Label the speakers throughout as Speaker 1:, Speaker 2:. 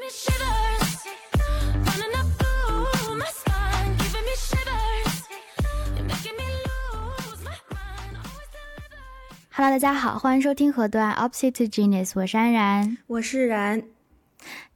Speaker 1: me shivers. Running up through my spine, giving me shivers. You're making me lose my mind. Always deliver.
Speaker 2: Hello，大家好，欢迎收听河段 Opposite to Genius，我是安然。
Speaker 3: 我是然，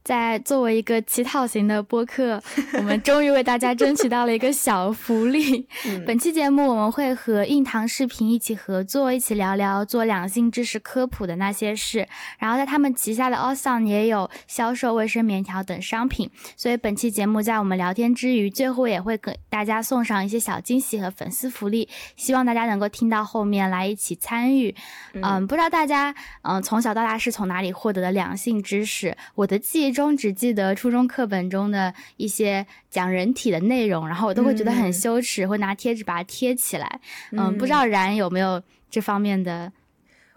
Speaker 2: 在作为一个乞讨型的播 客，我们终于为大家争取到了一个小福利。本期节目我们会和印堂视频一起合作，一起聊聊做两性知识科普的那些事。然后在他们旗下的 Awesome 也有销售卫生棉条等商品，所以本期节目在我们聊天之余，最后也会给大家送上一些小惊喜和粉丝福利，希望大家能够听到后面来一起参与。嗯，不知道大家嗯、从小到大是从哪里获得的两性知识？我的记忆中只记得初中课本中的一些讲人体的内容，然后我都会觉得很
Speaker 3: 嗯
Speaker 2: 羞耻，会拿贴纸把它贴起来。嗯，不知道然有没有这方面的？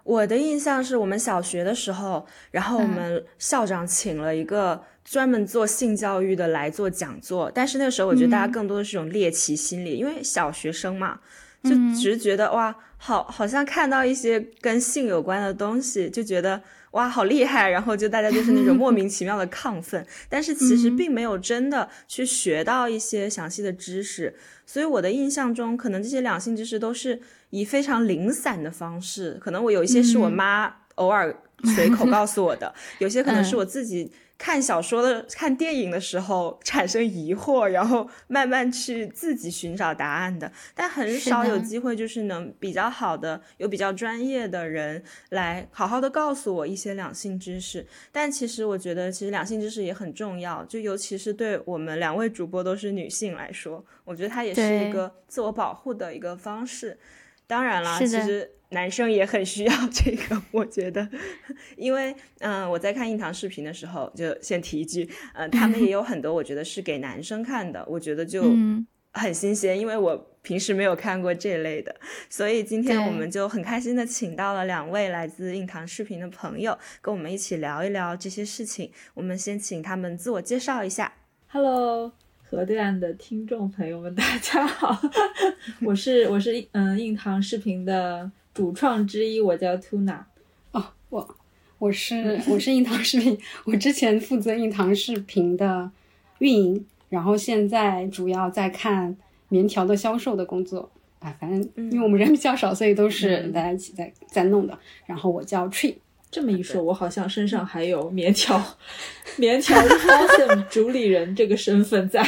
Speaker 3: 我的印象是我们小学的时候，然
Speaker 2: 嗯
Speaker 3: 后我们校长请了一个专门做性教育的来做讲座，但是那时候我觉得
Speaker 2: 嗯
Speaker 3: 大家更多的是一种猎奇心理，因为小学生嘛，就
Speaker 2: 嗯
Speaker 3: 只是觉得哇，好，好像看到一些跟性有关的东西，就觉得哇，好厉害，然后就大家就是那种莫名其妙的 亢奋，但是其实
Speaker 2: 嗯
Speaker 3: 并没有真的去学到一些详细的知识，所以我的印象中，可能这些两性知识都是以非常零散的方式，可能我有一些是我
Speaker 2: 嗯
Speaker 3: 妈偶尔随口告诉我 的，有些可能是
Speaker 2: 嗯
Speaker 3: 我自己看小说的、看电影的时候产生疑惑，然后慢慢去自己寻找答案的，但很
Speaker 2: 是
Speaker 3: 少有
Speaker 2: 的
Speaker 3: 机会就是能比较好的、有比较专业的人来好好的告诉我一些两性知识。但其实我觉得，其实两性知识也很重要，就尤其是对我们两位主播都是女性来说，我觉得它也是
Speaker 2: 对
Speaker 3: 一个自我保护的一个方式。当然啦，
Speaker 2: 是
Speaker 3: 其
Speaker 2: 的
Speaker 3: 实男生也很需要 这个，我觉得， 因为嗯、呃我在看印堂视频的时候，就先提一句，呃，他们也有很多我觉得是给男生看的，我觉得就
Speaker 2: 嗯，
Speaker 3: 很新鲜，因为我平时没有看过这类的，所以今天
Speaker 2: 对
Speaker 3: 我们就很开心的请到了两位来自印堂视频的朋友，跟我们一起聊一聊这些事情。我们先请他们自我介绍一下。
Speaker 4: Hello，河对岸的听众朋友们，大家好，我是我是嗯硬糖视频的主创之一，我叫 Tuna。
Speaker 5: 哦，我我是我是印堂视频，我之前负责印堂视频的运营，然后现在主要在看棉条的销售的工作。啊，反正因为我们人比较少，所以都是
Speaker 4: 嗯
Speaker 5: 大家一起在在弄的。然后我叫 Tree，
Speaker 4: 这么一说，我好像身上还有棉条， 棉条 Awesome 主理人这个身份在。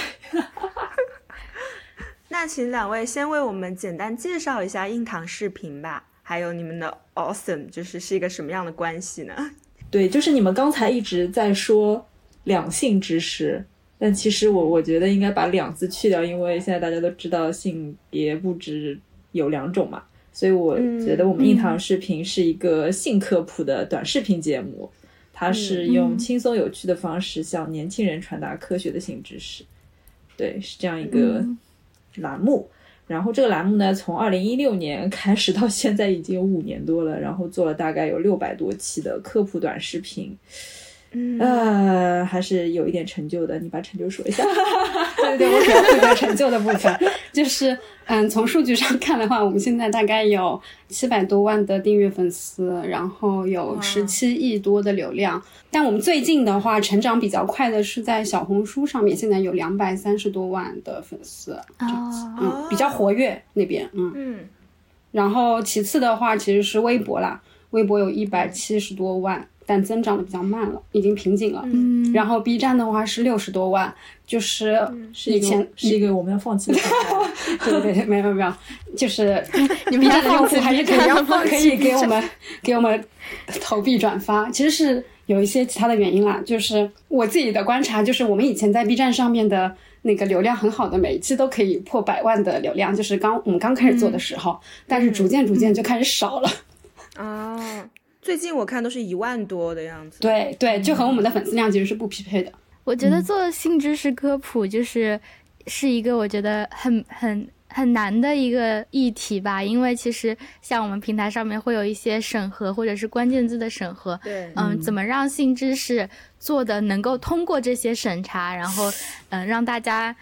Speaker 3: 那请两位先为我们简单介绍一下印堂视频吧，还有你们的 Awesome 就是是一个什么样的关系呢？
Speaker 4: 对，就是你们刚才一直在说两性知识，但其实我我觉得应该把“两”字去掉，因为现在大家都知道性别不只有两种嘛，所以我觉得我
Speaker 2: 嗯
Speaker 4: 们硬糖视频是一个性科普的短视频节目，它是用
Speaker 2: 嗯
Speaker 4: 轻松有趣的方式向年轻人传达科学的性知识，对，是这样一个
Speaker 2: 嗯
Speaker 4: 栏目。然后这个栏目呢，从二零一六年 开始到现在已经有五年多了，然后做了大概有六百多期的科普短视频，
Speaker 3: 嗯
Speaker 4: 呃，还是有一点成就的。你把成就说一下。
Speaker 5: 对对对，我主要负责成就的部分，就是嗯，从数据上看的话，我们现在大概有七百多万的订阅粉丝，然后有
Speaker 3: 哇
Speaker 5: 十七亿多的流量。但我们最近的话，成长比较快的是在小红书上面，现在有两百三十多万的粉丝，这样子
Speaker 2: 哦
Speaker 5: 嗯，比较活跃那边，嗯。
Speaker 3: 嗯
Speaker 5: 然后其次的话，其实是微博啦，微博有一百七十多万，但增长的比较慢了，已经瓶颈了。
Speaker 3: 嗯
Speaker 5: 然后 B 站的话是六十多万，就是
Speaker 4: 是
Speaker 5: 以
Speaker 4: 一
Speaker 5: 前
Speaker 4: 个是一个我们要放弃的平台。
Speaker 5: 对对对，没有没有没有，就是
Speaker 2: 你们
Speaker 5: B
Speaker 2: 要
Speaker 5: 站的用
Speaker 2: 放
Speaker 5: 户
Speaker 2: 弃
Speaker 5: 还是可
Speaker 2: B 站要
Speaker 5: 以
Speaker 2: 放
Speaker 5: 可
Speaker 2: 弃
Speaker 5: 以给
Speaker 2: B
Speaker 5: 我
Speaker 2: 站
Speaker 5: 们 给我们投币转发，其实是有一些其他的原因啦。就是我自己的观察，就是我们以前在 B 站上面的那个流量很好的，每一期都可以破百万的流量，就是刚我们刚开始做的时
Speaker 2: 嗯
Speaker 5: 候，但是逐渐逐渐就开始少了。
Speaker 3: 哦，最近我看都是一万多的样子。
Speaker 5: 对对，就和我们的粉丝量其实是不匹配的。
Speaker 2: 我觉得做性知识科普就是是一个我觉得很很很难的一个议题吧，因为其实像我们平台上面会有一些审核或者是关键字的审核，
Speaker 3: 对
Speaker 2: 嗯，怎么让性知识做的能够通过这些审查，然后嗯让大家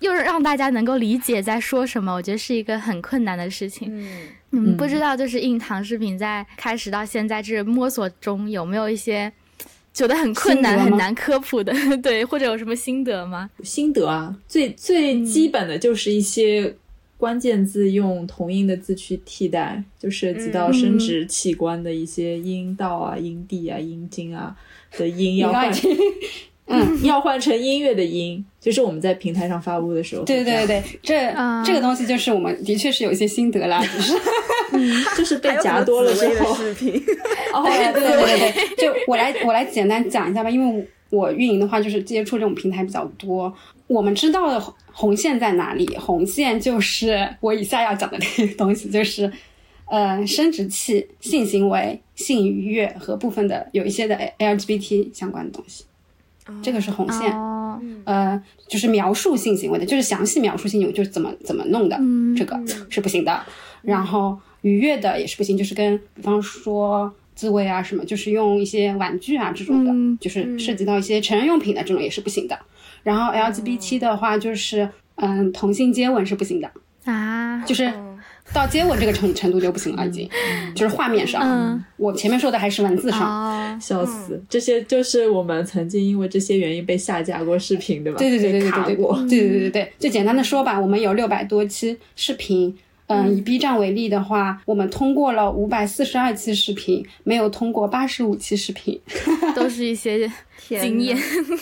Speaker 2: 又让大家能够理解在说什么，我觉得是一个很困难的事情。
Speaker 3: 嗯
Speaker 2: 嗯，
Speaker 4: 嗯
Speaker 2: 不知道就是印堂视频在开始到现在这摸索中有没有一些觉得很困
Speaker 5: 心
Speaker 2: 难、
Speaker 5: 得
Speaker 2: 很
Speaker 5: 吗
Speaker 2: 难科普的， 对，或者有什么心得吗？
Speaker 4: 心得啊，最最基本的就是一些关键字用同音的字去替代，就涉及到生殖器官的一些阴道啊、阴蒂啊、阴茎啊的音要换，嗯， 要换成音乐的音，就是我们在平台上发布的时候，
Speaker 5: 对对，对，这、
Speaker 2: 啊
Speaker 5: 这个东西就是我们的确是有一些心得啦，只是
Speaker 4: 就是被
Speaker 3: 还有
Speaker 4: 夹
Speaker 3: 很
Speaker 4: 多了
Speaker 3: 紫
Speaker 4: 之
Speaker 3: 薇的
Speaker 4: 后，
Speaker 3: 视频，
Speaker 4: 哦，
Speaker 5: 对
Speaker 4: 对
Speaker 5: 哎对对对，就我来我来简单讲一下吧，因为我运营的话就是接触这种平台比较多，我们知道的红红线在哪里？红线就是 我以下要讲的这些东西，就是呃生殖器、性行为、性愉悦和部分的有一些的 LGBT 相关的东西，这个是红线。
Speaker 2: 哦，
Speaker 5: 呃，就是描述性行为的，就是详细描述性行为，就是怎么怎么弄的，
Speaker 2: 嗯
Speaker 5: 这个是不行的。然后愉悦的也是不行，就是跟比方说自慰啊什么，就是用一些玩具啊这种的，
Speaker 2: 嗯
Speaker 5: 就是涉及到一些成人用品的这种也是不行的。然后
Speaker 2: 哦
Speaker 5: LGBT 的话就是。嗯，同性接吻是不行的，
Speaker 2: 啊，
Speaker 5: 就是到接吻这个程程度就不行了，已经，就是画面上，
Speaker 2: 嗯
Speaker 5: 我前面说的还是文字上，
Speaker 2: 哦，
Speaker 4: 笑死！这些就是我们曾经因为这些原因被下架过视频，对吧？
Speaker 5: 对对对
Speaker 4: 被
Speaker 5: 对对
Speaker 4: 卡
Speaker 5: 对对
Speaker 4: 过。
Speaker 5: 对对对对对，就简单的说吧，我们有六百多期视频。嗯，以 B 站为例的话，我们通过了五百四十二期视频，没有通过八十五期视频。
Speaker 2: 都是一些经验。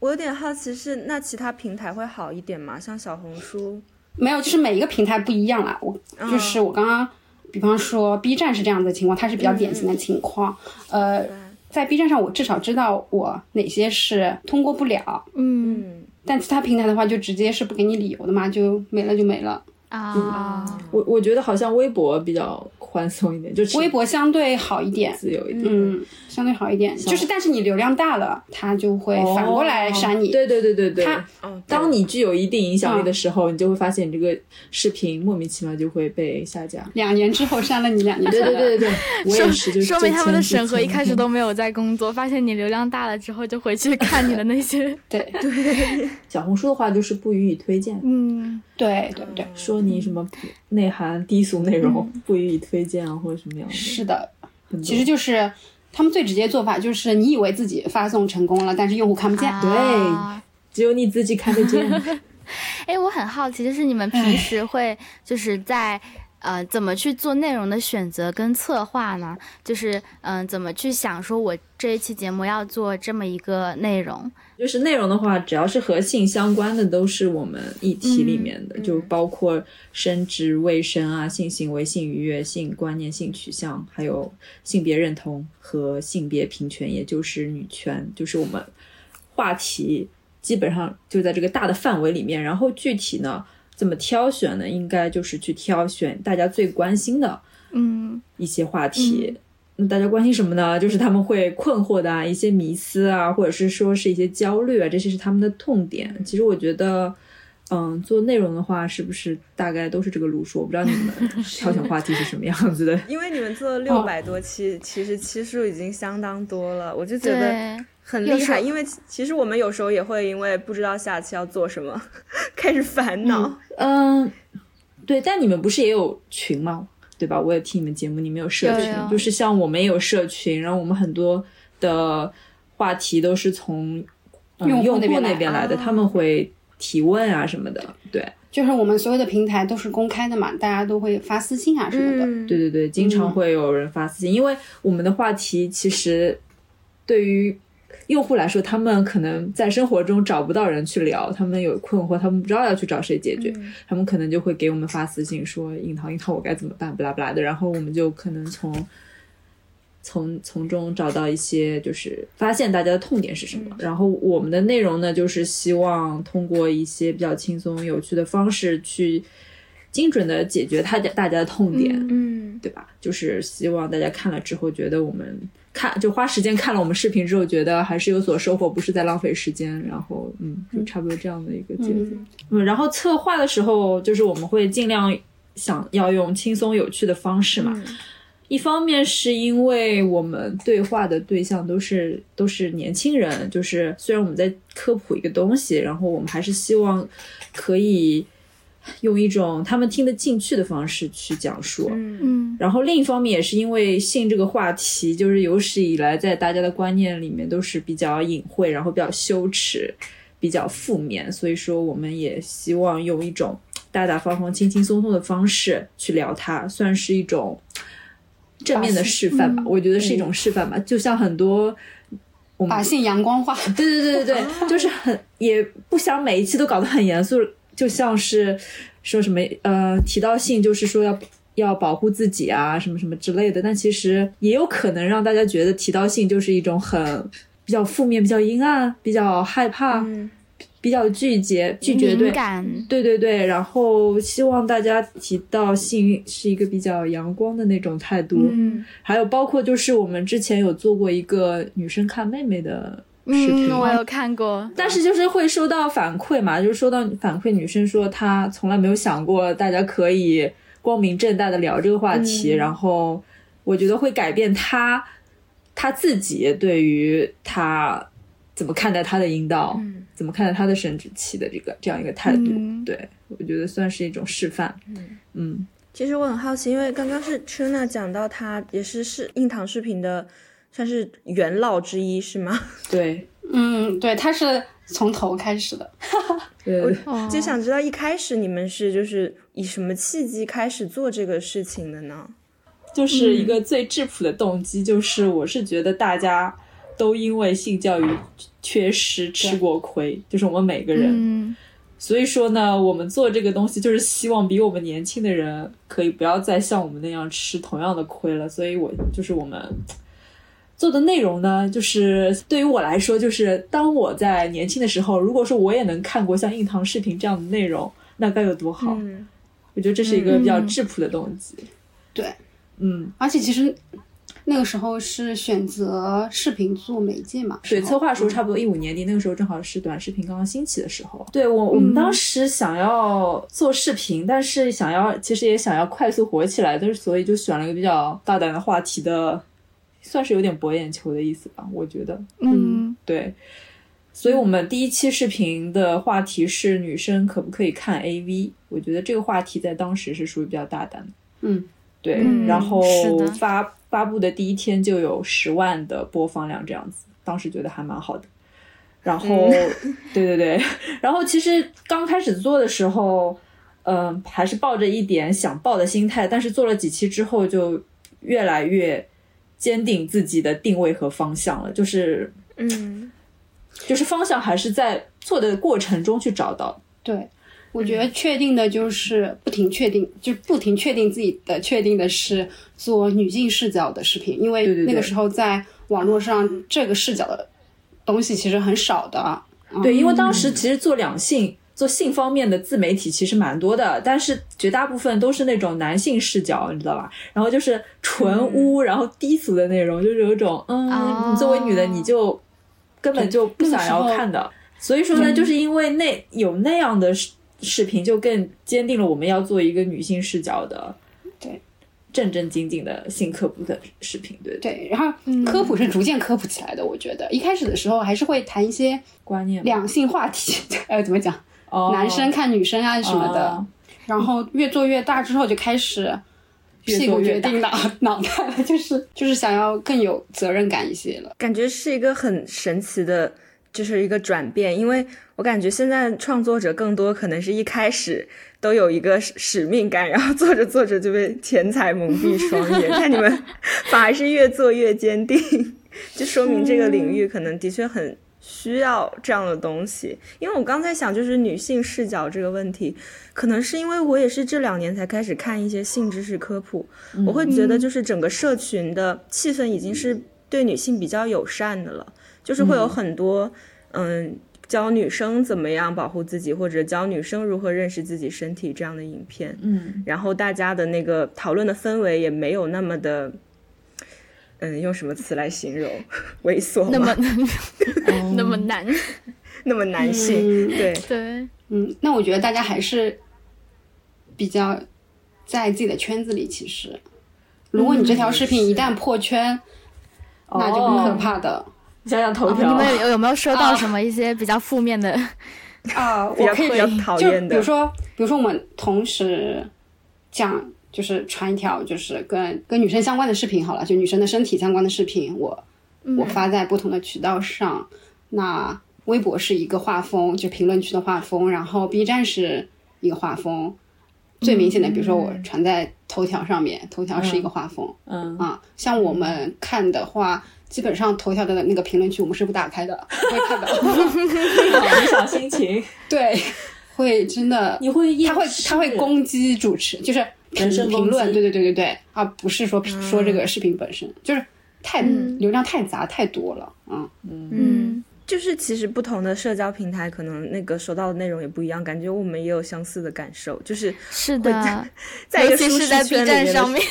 Speaker 3: 我有点好奇是那其他平台会好一点吗？像小红书，
Speaker 5: 没有，就是每一个平台不一样啦。我
Speaker 4: 嗯
Speaker 5: 就是我刚刚，比方说 B 站是这样的情况，它是比较典
Speaker 4: 嗯
Speaker 5: 型的情况。呃，在 B 站上，我至少知道我哪些是通过不了，
Speaker 2: 嗯
Speaker 3: 嗯，
Speaker 5: 但其他平台的话，就直接是不给你理由的嘛，就没了就没了。
Speaker 2: 啊，
Speaker 4: 我我觉得好像微博比较宽松一点，就是
Speaker 5: 微博相对好一点，
Speaker 4: 自由一点。
Speaker 5: 嗯，相对好一点，就是但是你流量大了，它就会哎反过来删你。
Speaker 4: 哦对对对对对。
Speaker 5: 它
Speaker 3: 哦，对
Speaker 4: 当你具有一定影响力的时候，你就会发现你这个视频莫名其妙就会被下架。
Speaker 5: 两年之后删了你，两年
Speaker 4: 对
Speaker 5: 之后
Speaker 4: 对对对对，我也是，就是
Speaker 2: 说明他们的审核一开始
Speaker 4: 都
Speaker 2: 都没有在工作，发现你流量大了之后，就回去看你的那些，
Speaker 5: 对对
Speaker 4: 小红书的话就是不予以推荐，
Speaker 2: 嗯，
Speaker 5: 对对对，
Speaker 4: 说你什么内涵低俗内容不予以推荐啊，或者什么样的。
Speaker 5: 是的，
Speaker 4: 很多
Speaker 5: 其实就是他们最直接做法就是你以为自己发送成功了，但是用户看不见。
Speaker 2: 啊
Speaker 4: 只有你自己看得见。
Speaker 2: 哎，我很好奇，就是你们平时会就是在呃怎么去做内容的选择跟策划呢？就是嗯、呃怎么去想说我这一期节目要做这么一个内容？
Speaker 4: 就是内容的话，只要是和性相关的，都是我们议题里面的，就包括生殖卫生啊、性行为、性愉悦、性观念、性取向，还有性别认同和性别平权，也就是女权，就是我们话题基本上就在这个大的范围里面。然后具体呢，怎么挑选呢？应该就是去挑选大家最关心的，
Speaker 2: 嗯
Speaker 4: 一些话
Speaker 5: 嗯
Speaker 4: 题。那大家关心什么呢？就是他们会困惑的啊，一些迷思啊，或者是说是一些焦虑啊，这些是他们的痛点。其实我觉得，嗯，做内容的话，是不是大概都是这个路数？我不知道你们 挑选话题是什么样子的。
Speaker 3: 因为你们做了六百多期，其实期数已经相当多了，我就觉得
Speaker 2: 对
Speaker 3: 很
Speaker 2: 有
Speaker 3: 厉
Speaker 2: 时
Speaker 3: 害。
Speaker 2: 候
Speaker 3: 因为其其实我们有时候也会因为不知道下期要做什么， 开始烦恼。
Speaker 4: 嗯，对，但你们不是也有群吗？对吧？我也听你们节目，你们有社群
Speaker 2: 有有，
Speaker 4: 就是像我们也有社群，然后我们很多的话题都是从、嗯
Speaker 5: 用户
Speaker 4: 用
Speaker 5: 那边来啊
Speaker 4: 那边来的，他们会提问啊什么的。对，
Speaker 5: 就是我们所有的平台都是公开的嘛，大家都会发私信啊什么的。
Speaker 3: 嗯，
Speaker 4: 对对对，经常
Speaker 5: 嗯
Speaker 4: 会有人发私信，因为我们的话题其实对于用户来说，他们可能在生活中找不到人去聊，他们有困惑，他们不知道要去找谁解决，他们可能就会给我们发私信说“樱桃，樱桃，我该怎么办？”不拉不拉的，然后我们就可能从。从从中找到一些，就是发现大家的痛点是什么。然后我们的内容呢，就是希望通过一些比较轻松有趣的方式去精准的解决他家大家的痛点。
Speaker 3: 嗯，
Speaker 4: 对吧？就是希望大家看了之后觉得我们看就花时间看了我们视频之后，觉得还是有所收获，不是在浪费时间。然后嗯，就差不多这样的一个节奏。
Speaker 5: 嗯
Speaker 4: 嗯，然后策划的时候，就是我们会尽量想要用轻松有趣的方式嘛。一方面是因为我们对话的对象都是都是年轻人，就是虽然我们在科普一个东西，然后我们还是希望可以用一种他们听得进去的方式去讲述。
Speaker 3: 嗯，
Speaker 2: 嗯
Speaker 4: 然后另一方面也是因为性这个话题，就是有史以来在大家的观念里面都是比较隐晦，然后比较羞耻，比较负面，所以说我们也希望用一种大大方方、轻轻松松的方式去聊它，算是一种正面的示范吧。
Speaker 2: 嗯
Speaker 4: 我觉得是一种示范吧，就像很多我们
Speaker 5: 嗯把性阳光化，
Speaker 4: 对对对
Speaker 2: 哦
Speaker 4: 对对，就是很也不想每一期都搞得很严肃，就像是说什么呃提到性就是说要要保护自己啊什么什么之类的，但其实也有可能让大家觉得提到性就是一种很比较负面、比较阴暗、比较害怕、
Speaker 3: 嗯
Speaker 4: 比较拒绝拒绝对
Speaker 2: 敏感，
Speaker 4: 对对对，然后希望大家提到性是一个比较阳光的那种态度，
Speaker 2: 嗯
Speaker 4: 还有包括就是我们之前有做过一个女生看妹妹的视频，
Speaker 2: 嗯，我有看过，
Speaker 4: 但是就是会收到反馈嘛，就是收到反馈，女生说她从来没有想过大家可以光明正大的聊这个话题，
Speaker 3: 嗯
Speaker 4: 然后我觉得会改变她她自己对于她怎么看待她的阴道，
Speaker 3: 嗯
Speaker 4: 怎么看待她的生殖器的这个这样一个态度。
Speaker 2: 嗯
Speaker 4: 对我觉得算是一种示范。
Speaker 3: 嗯
Speaker 4: 嗯
Speaker 3: 其实我很好奇，因为刚刚是 Trina 讲到她也是是硬糖视频的算是元老之一是吗？
Speaker 4: 对
Speaker 5: 嗯，对，它是从头开始的。
Speaker 4: 对对对
Speaker 2: 哦
Speaker 3: 就想知道一开始你们是就是以什么契机开始做这个事情的呢？
Speaker 4: 就是
Speaker 2: 嗯
Speaker 4: 一个最质朴的动机，就是我是觉得大家都因为性教育缺失吃过亏，就是我们每个人。
Speaker 2: 嗯
Speaker 4: 所以说呢，我们做这个东西就是希望比我们年轻的人可以不要再像我们那样吃同样的亏了。所以我就是我们做的内容呢，就是对于我来说，就是当我在年轻的时候，如果说我也能看过像硬糖视频这样的内容，那该有多好！
Speaker 3: 嗯
Speaker 4: 我觉得这是一个比较
Speaker 2: 嗯
Speaker 4: 质朴的动机。
Speaker 5: 对，
Speaker 4: 嗯，
Speaker 5: 而且啊其实那个时候是选择视频做媒介嘛，
Speaker 4: 对，
Speaker 5: 时候
Speaker 4: 策划时候差不多一五年底，那个时候正好是短视频刚刚兴起的时候。对我，我们
Speaker 2: 嗯
Speaker 4: 当时想要做视频，但是想要其实也想要快速火起来，但是所以就选了一个比较大胆的话题的，算是有点博眼球的意思吧，我觉得。
Speaker 2: 嗯
Speaker 4: 对，所以我们第一期视频的话题是女生可不可以看 AV？我觉得这个话题在当时是属于比较大胆的。
Speaker 5: 嗯，
Speaker 4: 对，
Speaker 2: 嗯
Speaker 4: 然后
Speaker 2: 是的
Speaker 4: 发发布的第一天就有十万的播放量，这样子，当时觉得还蛮好的。然后，
Speaker 2: 嗯
Speaker 4: 对对对，然后其实刚开始做的时候，嗯、还是抱着一点想爆的心态，但是做了几期之后，就越来越坚定自己的定位和方向了，就是
Speaker 3: 嗯
Speaker 4: 就是方向还是在做的过程中去找到。
Speaker 5: 对。我觉得
Speaker 4: 嗯
Speaker 5: 确定的就是不停确定，就不停确定自己的确定的是做女性视角的视频，因为
Speaker 4: 对对对
Speaker 5: 那个时候在网络上这个视角的东西其实很少的。
Speaker 4: 对，因为当时其实做两性、做性方面的自媒体其实蛮多的，但是绝大部分都是那种男性视角，你知道吧？然后就是纯
Speaker 5: 嗯
Speaker 4: 污，然后低俗的内容，就是有一种嗯，
Speaker 2: 哦
Speaker 4: 你作为女的你就根本就不想要看的。所以说
Speaker 5: 嗯
Speaker 4: 呢，就是因为那有那样的视视频，就更坚定了我们要做一个女性视角的，
Speaker 5: 对，
Speaker 4: 正正经经的性科普的视频，对对，
Speaker 5: 对，然后
Speaker 4: 嗯
Speaker 5: 科普是逐渐科普起来的。我觉得一开始的时候还是会谈一些
Speaker 4: 观念嘛
Speaker 5: 两性话题， 呃，怎么讲，
Speaker 4: 哦
Speaker 5: 男生看女生啊什么的。
Speaker 4: 哦
Speaker 5: 然后越做越大之后，就开始
Speaker 4: 越
Speaker 5: 屁
Speaker 4: 做
Speaker 5: 股
Speaker 4: 越
Speaker 5: 决定脑 脑袋了，就是就是想要更有责任感一些了。
Speaker 3: 感觉是一个很神奇的，就是一个转变，因为我感觉现在创作者更多可能是一开始都有一个使使命感，然后做着做着就被钱财蒙蔽双眼，但你们反而是越做越坚定，就说明这个领域可能的确很。需要这样的东西，因为我刚才想，就是女性视角这个问题，可能是因为我也是这两年才开始看一些性知识科普，我会
Speaker 2: 嗯
Speaker 3: 觉得就是整个社群的气氛已经是对女性比较友善的了，就是会有很多嗯教女生怎么样保护自己，或者教女生如何认识自己身体这样的影片，
Speaker 4: 嗯。
Speaker 3: 然后大家的那个讨论的氛围也没有那么的。嗯，用什么词来形容？猥琐吗？
Speaker 2: 那 么那么难，
Speaker 3: 那么男性，
Speaker 5: 嗯
Speaker 3: 对，
Speaker 2: 对，
Speaker 5: 嗯，那我觉得大家还是比较在自己的圈子里。其实，如果你这条
Speaker 3: 嗯
Speaker 5: 视频一旦破圈，那就很
Speaker 3: 哦
Speaker 5: 可怕的。
Speaker 4: 哦想想头条，
Speaker 2: 啊你们有有没有收到什么一些比较负面的？
Speaker 5: 啊，
Speaker 3: 比
Speaker 5: 我
Speaker 3: 较
Speaker 5: 可以
Speaker 3: 比较讨
Speaker 5: 就
Speaker 3: 厌
Speaker 5: 比如
Speaker 3: 的。
Speaker 5: 说，比比如说我们同时讲，就是传一条就是跟跟女生相关的视频好了，就女生的身体相关的视频，我
Speaker 4: 嗯
Speaker 5: 我发在不同的渠道上。那微博是一个画风，就评论区的画风，然后 B 站是一个画风。最明显的，比如说我传在头条上面，头条是一个画风，
Speaker 4: 嗯，
Speaker 5: 啊，像我们看的话，基本上头条的那个评论区我们是不打开的，不会看 到。
Speaker 4: 影响心情。
Speaker 5: 对，会真的，
Speaker 4: 你会
Speaker 5: 他会他会
Speaker 4: 攻。
Speaker 5: 攻击主持，就是评
Speaker 4: 人身攻击啊
Speaker 5: 评论，对对对对对，而不是说说这个视频本身，就是太
Speaker 2: 嗯
Speaker 5: 流量太杂太多了，嗯，
Speaker 2: 嗯，
Speaker 3: 就是其实不同的社交平台，可能那个收到的内容也不一样，感觉我们也有相似的感受，就是
Speaker 2: 是
Speaker 3: 会
Speaker 2: 的，
Speaker 3: 在一
Speaker 2: 尤
Speaker 3: 个
Speaker 2: 其是
Speaker 3: 舒适
Speaker 2: 在 B
Speaker 3: 圈里面
Speaker 2: 站
Speaker 3: 的
Speaker 2: 上面，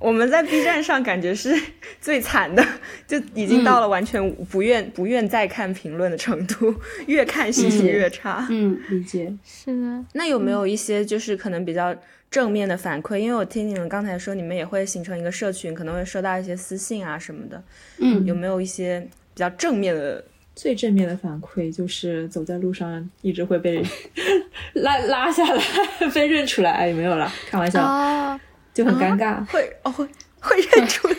Speaker 3: 我们在 B 站上感觉是 最惨的，就已经到了完全不愿、不愿再看评论的程度，越看心情越差。
Speaker 5: 嗯，
Speaker 4: 理解，
Speaker 2: 是的，
Speaker 3: 那有没有一些就是可能比较正面的反馈？因为我听你们刚才说，你们也会形成一个社群，可能会收到一些私信啊什么的。
Speaker 5: 嗯
Speaker 3: 有没有一些比较正面的？
Speaker 4: 最正面的反馈就是走在路上一直会被 拉拉下来， 被认出来。哎，没有啦，开玩笑，
Speaker 2: 哦，
Speaker 4: 就很尴尬，
Speaker 3: 会哦会会
Speaker 2: 嗯
Speaker 3: 认出来？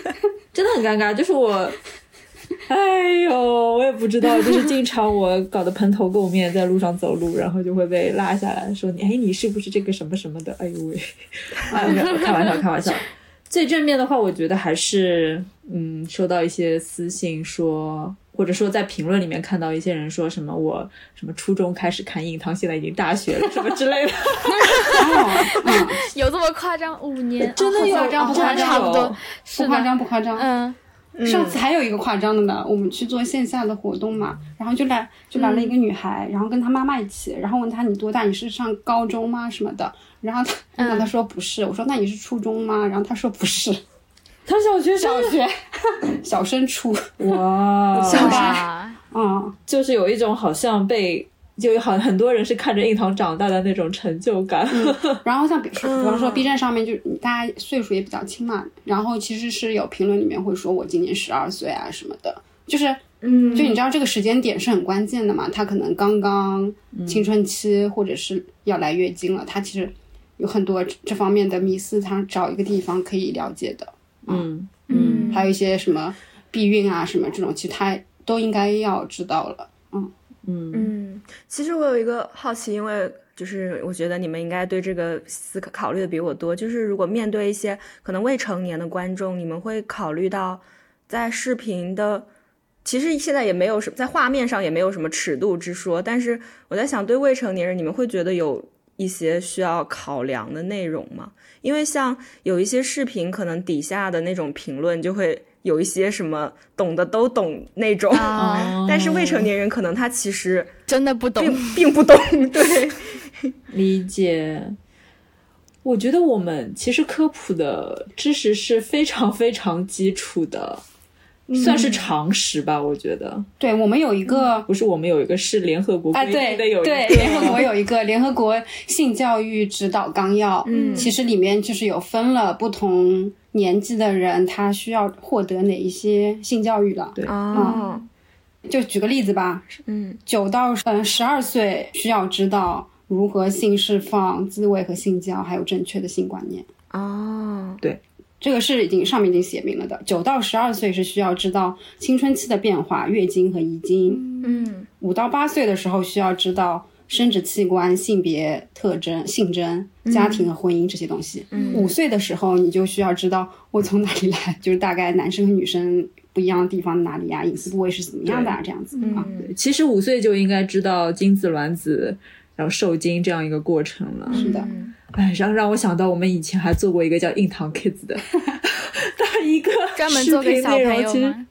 Speaker 4: 真的很尴尬。就是 我，哎呦，我也不知道，就是经常我搞得蓬头垢面，在路上走路，然后就会被拉下来说你，哎，你是不是这个什么什么的？哎呦 喂，哎没有开玩笑，开玩笑。最正面的话，我觉得还是嗯，收到一些私信说，或者说在评论里面看到一些人说什么我什么初中开始看硬糖，现在已经大学了什么之 类的，
Speaker 5: 哦嗯，
Speaker 2: 有这么夸张？五年，
Speaker 4: 真的有
Speaker 2: 哦好夸张，不
Speaker 5: 哦真
Speaker 2: 夸
Speaker 5: 的
Speaker 2: 张，差
Speaker 4: 有
Speaker 2: 不多，
Speaker 5: 不
Speaker 2: 是
Speaker 5: 夸
Speaker 2: 的，
Speaker 5: 张不夸张，
Speaker 2: 嗯，
Speaker 5: 上次还有一个夸张的呢，我们去做线下的活动嘛，然后就来就来了一个女孩，然后跟她妈妈一起，然后问她你多大？你是上高中吗？什么的？然后她然后她说不是，我说那你是初中吗？然后她说不是，
Speaker 4: 他小学生
Speaker 5: 小学小升初，
Speaker 4: 哇，
Speaker 5: 小学
Speaker 2: 哇，
Speaker 5: 嗯，
Speaker 4: 就是有一种好像被就有好很多人是看着硬糖长大的那种成就感。
Speaker 5: 然后像比如说，比方说 B 站上面就大家岁数也比较轻嘛，然后其实是有评论里面会说我今年十二岁啊什么的，就是嗯，就你知道这个时间点是很关键的嘛，他可能刚刚青春期或者是要来月经了，他其实有很多这这方面的迷思，他找一个地方可以了解的，
Speaker 4: 嗯
Speaker 2: 嗯，
Speaker 5: 还有一些什么避孕啊什么这种，其实他都应该要知道了。
Speaker 4: 嗯，
Speaker 3: 嗯，其实我有一个好奇，因为就是我觉得你们应该对这个思考考虑的比我多。就是如果面对一些可能未成年的观众，你们会考虑到在视频的，其实现在也没有什在画面上也没有什么尺度之说。但是我在想，对未成年人，你们会觉得有一些需要考量的内容吗？因为像有一些视频，可能底下的那种评论就会有一些什么懂的都懂那种。
Speaker 2: 啊，
Speaker 3: 但是未成年人可能他其实
Speaker 2: 真的不懂，
Speaker 3: 并并不懂，对，
Speaker 4: 理解。我觉得我们其实科普的知识是非常非常基础的，算是常识吧。我觉得
Speaker 5: 对我们有一个。
Speaker 4: 不是我们有一个是联合国
Speaker 5: 哎，
Speaker 4: 规
Speaker 5: 对
Speaker 4: 定的有一个、
Speaker 5: 对，联合国有一个联合国性教育指导纲要，
Speaker 2: 嗯
Speaker 5: 其实里面就是有分了不同年纪的人，他需要获得哪一些性教育了。
Speaker 4: 对
Speaker 3: 哦，
Speaker 5: 就举个例子吧，
Speaker 3: 嗯
Speaker 5: 九到嗯十二岁需要知道如何性释放、自慰和性交，还有正确的性观念。
Speaker 3: 哦，
Speaker 5: 这个是已经上面已经写明了的，九到十二岁是需要知道青春期的变化、月经和遗精，
Speaker 3: 嗯
Speaker 5: 五到八岁的时候需要知道生殖器官、性别特征、性征、家庭和婚姻这些东西。五、岁的时候你就需要知道我从哪里来，就是大概男生和女生不一样的地方哪里呀、啊隐私部位是怎么样的啊，这样子、啊。
Speaker 3: 嗯，
Speaker 4: 其实五岁就应该知道精子卵子，然后受精这样一个过程了。
Speaker 5: 是的，
Speaker 4: 哎，让让我想到我们以前还做过一个叫“硬糖 Kids” 的，它一个
Speaker 2: 专门做给
Speaker 4: 视频
Speaker 2: 小
Speaker 4: 内容
Speaker 2: 朋友
Speaker 4: 其实
Speaker 2: 吗？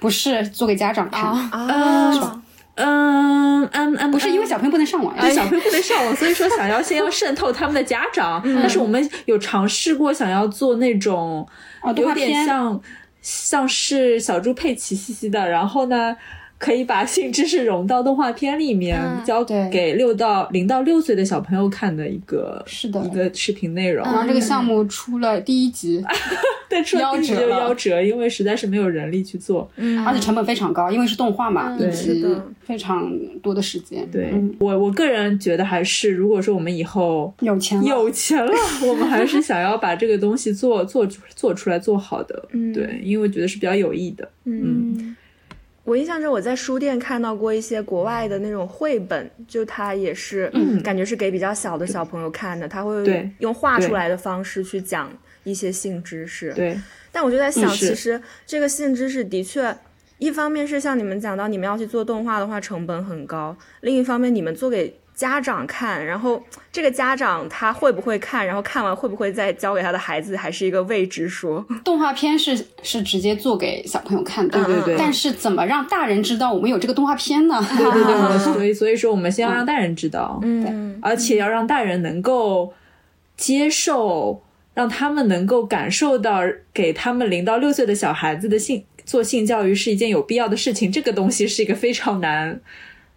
Speaker 5: 不是做给家长看，
Speaker 2: 哦，
Speaker 3: 啊，
Speaker 4: 嗯嗯嗯，
Speaker 5: 不是 因
Speaker 4: 嗯
Speaker 5: 为小朋友不能上网呀、
Speaker 4: 对小朋友不能上网，所以说想要先要渗透他们的家长。
Speaker 5: 嗯
Speaker 4: 但是我们有尝试过想要做那种
Speaker 5: 啊，动
Speaker 4: 有
Speaker 5: 画
Speaker 4: 点
Speaker 5: 片。
Speaker 4: 像像是小猪佩奇兮兮的，然后呢。可以把性知识融到动画片里面，
Speaker 2: 嗯
Speaker 4: 教
Speaker 5: 对
Speaker 4: 给六到零到六岁的小朋友看的一个
Speaker 5: 是的嗯
Speaker 4: 一个视频内容。
Speaker 5: 然后这个项目出了第一集，
Speaker 4: 再出了
Speaker 5: 夭
Speaker 4: 定制
Speaker 5: 折
Speaker 4: 就
Speaker 5: 了
Speaker 4: 夭折，因为实在是没有人力去做。
Speaker 3: 嗯
Speaker 5: 而且成本非常高，因为是动画嘛，
Speaker 2: 嗯
Speaker 5: 以
Speaker 3: 是
Speaker 5: 及
Speaker 3: 的
Speaker 5: 非常多的时间。
Speaker 4: 对、
Speaker 5: 嗯
Speaker 4: 我，我个人觉得还是，如果说我们以后
Speaker 5: 有钱了
Speaker 4: 有钱了，我们还是想要把这个东西做做做出来做好的。
Speaker 2: 嗯
Speaker 4: 对，因为我觉得是比较有益的。
Speaker 2: 嗯
Speaker 3: 我印象中我在书店看到过一些国外的那种绘本，就它也是、感觉是给比较小的小朋友看的，它会
Speaker 4: 对
Speaker 3: 用画
Speaker 4: 对
Speaker 3: 出来的方式去讲一些性知识。
Speaker 4: 对，
Speaker 3: 但我就在想，
Speaker 4: 嗯是
Speaker 3: 其实这个性知识的确，一方面是像你们讲到，你们要去做动画的话，成本很高；另一方面，你们做给家长看，然后这个家长他会不会看，然后看完会不会再教给他的孩子，还是一个未知数。
Speaker 5: 动画片是是直接做给小朋友看的，
Speaker 4: 对对对
Speaker 5: 但是怎么让大人知道我们有这个动画片呢？
Speaker 4: 对对对，所以所以说我们先要让大人知道，
Speaker 3: 嗯，
Speaker 4: 而且要让大人能够接受，让他们能够感受到，给他们零到六岁的小孩子的性做性教育是一件有必要的事情。这个东西是一个非常难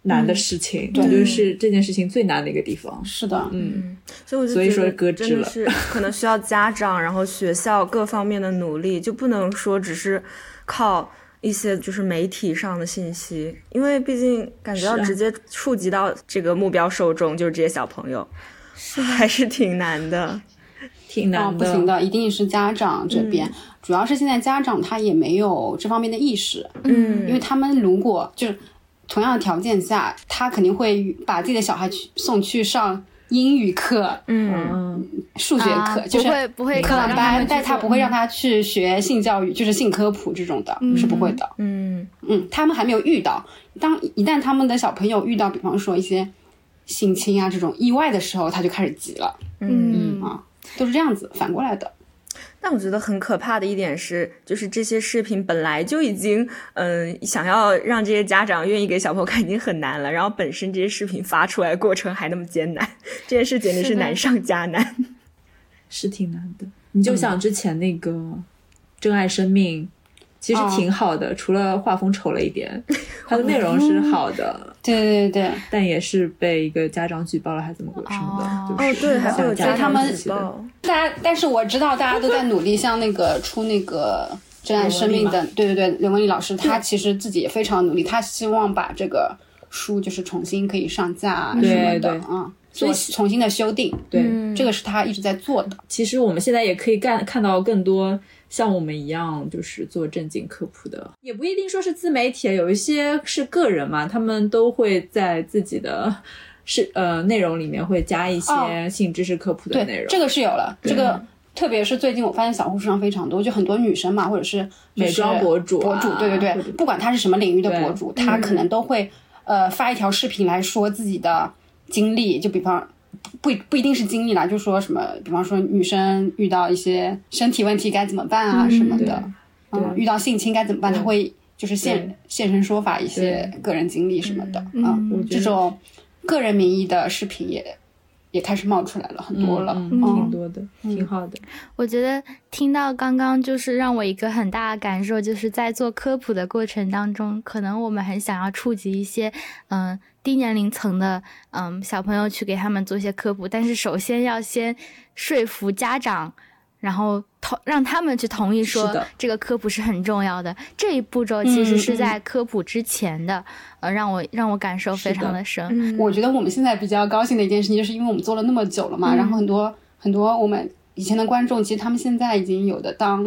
Speaker 4: 难的事情，这、就是这件事情最难的一个地方。
Speaker 5: 是的，
Speaker 4: 嗯，
Speaker 3: 所以我就
Speaker 4: 所以
Speaker 3: 觉得
Speaker 4: 说搁置
Speaker 3: 真的
Speaker 4: 了
Speaker 3: 是可能需要家长，然后学校各方面的努力，就不能说只是靠一些就是媒体上的信息，因为毕竟感觉要
Speaker 4: 是啊
Speaker 3: 直接触及到这个目标受众就是这些小朋友，还是挺难的。
Speaker 4: 挺
Speaker 5: 啊、
Speaker 4: 难
Speaker 5: 不
Speaker 4: 的。
Speaker 5: 行的，一定是家长这
Speaker 2: 嗯
Speaker 5: 边，主要是现在家长他也没有这方面的意识，
Speaker 3: 嗯，
Speaker 5: 因为他们如果就是同样的条件下，他肯定会把自己的小孩去送去上英语课、
Speaker 3: 嗯，
Speaker 4: 嗯，
Speaker 5: 数学
Speaker 2: 啊
Speaker 5: 课，就
Speaker 2: 不
Speaker 5: 是
Speaker 2: 会不会
Speaker 5: 课
Speaker 2: 让他
Speaker 5: 外
Speaker 2: 们
Speaker 5: 班，
Speaker 2: 去
Speaker 5: 但他
Speaker 2: 做
Speaker 5: 不会让
Speaker 2: 嗯
Speaker 5: 他去学性教育，就是性科普这种的，是不会的。
Speaker 3: 嗯
Speaker 5: 嗯，他们还没有遇到。当一旦他们的小朋友遇到，比方说一些性侵啊这种意外的时候，他就开始急了，啊
Speaker 2: 嗯
Speaker 5: 都是这样子反过来的。
Speaker 3: 但我觉得很可怕的一点是，就是这些视频本来就已经，嗯、想要让这些家长愿意给小朋友看已经很难了，然后本身这些视频发出来的过程还那么艰难，这件事简直是难上加难。
Speaker 4: 是挺难的。你就
Speaker 5: 嗯
Speaker 4: 想之前那个《珍爱生命》。其实
Speaker 5: 哦
Speaker 4: 挺好的，除了画风丑了一 点，它的内容
Speaker 5: 哦
Speaker 4: 是好的，
Speaker 5: 对对对对，
Speaker 4: 但也是被一个家长举报了，还怎么什么的？
Speaker 2: 哦
Speaker 4: 就是
Speaker 5: 对还会有
Speaker 4: 家
Speaker 5: 家长
Speaker 4: 长
Speaker 5: 举
Speaker 4: 自己的，
Speaker 5: 大家，但是我知道大家都在努力，像那个出那个《真爱生命》的，对对对，刘文丽老师，她其实自己也非常努力，她希望把这个书就是重新可以上架啊什么
Speaker 4: 对
Speaker 5: 的
Speaker 4: 对
Speaker 5: 啊，
Speaker 4: 所
Speaker 5: 所
Speaker 4: 以嗯
Speaker 5: 以重新的修订，
Speaker 4: 对，
Speaker 5: 这个是她一直在做的。
Speaker 4: 其实我们现在也可以干看到更多像我们一样，就是做正经科普的，也不一定说是自媒体，啊有一些是个人嘛，他们都会在自己的是呃内容里面会加一些
Speaker 5: 哦
Speaker 4: 性知识科普的内容。
Speaker 5: 对，这个是有了，这个。特别是最近，我发现小红书上非常多，就很多女生嘛，或者是就是
Speaker 4: 美妆博主啊
Speaker 5: 博主，对对
Speaker 4: 或
Speaker 5: 对
Speaker 4: 者，
Speaker 5: 不管她是什么领域的
Speaker 4: 对嗯
Speaker 5: 博主，她可能都会呃发一条视频来说自己的经历，就比方不不一定是经历啦，就说什么，比方说女生遇到一些身体问题该怎么办啊什么的，嗯，遇到性侵该怎么办，她会就是现现身说法一些个人经历什么的，嗯，
Speaker 4: 我觉
Speaker 5: 这
Speaker 4: 得
Speaker 5: 种个人名义的视频也也开始冒出来了很多了，
Speaker 4: 嗯，
Speaker 5: 嗯
Speaker 4: 挺多的，挺好的。
Speaker 2: 我觉得听到刚刚就是让我一个很大的感受，就是在做科普的过程当中，可能我们很想要触及一些嗯、低年龄层的嗯、小朋友去给他们做一些科普，但是首先要先说服家长。然后同让他们去同意说
Speaker 4: 是的
Speaker 2: 这个科普是很重要的，这一步骤其实
Speaker 5: 嗯
Speaker 2: 是
Speaker 5: 嗯
Speaker 2: 在科普之前的，呃，让我让我感受非
Speaker 4: 是的
Speaker 2: 常的深。
Speaker 5: 我觉得我们现在比较高兴的一件事情，就是因为我们做了那么久了嘛，然后很多很多我们以前的观众，其实他们现在已经有的当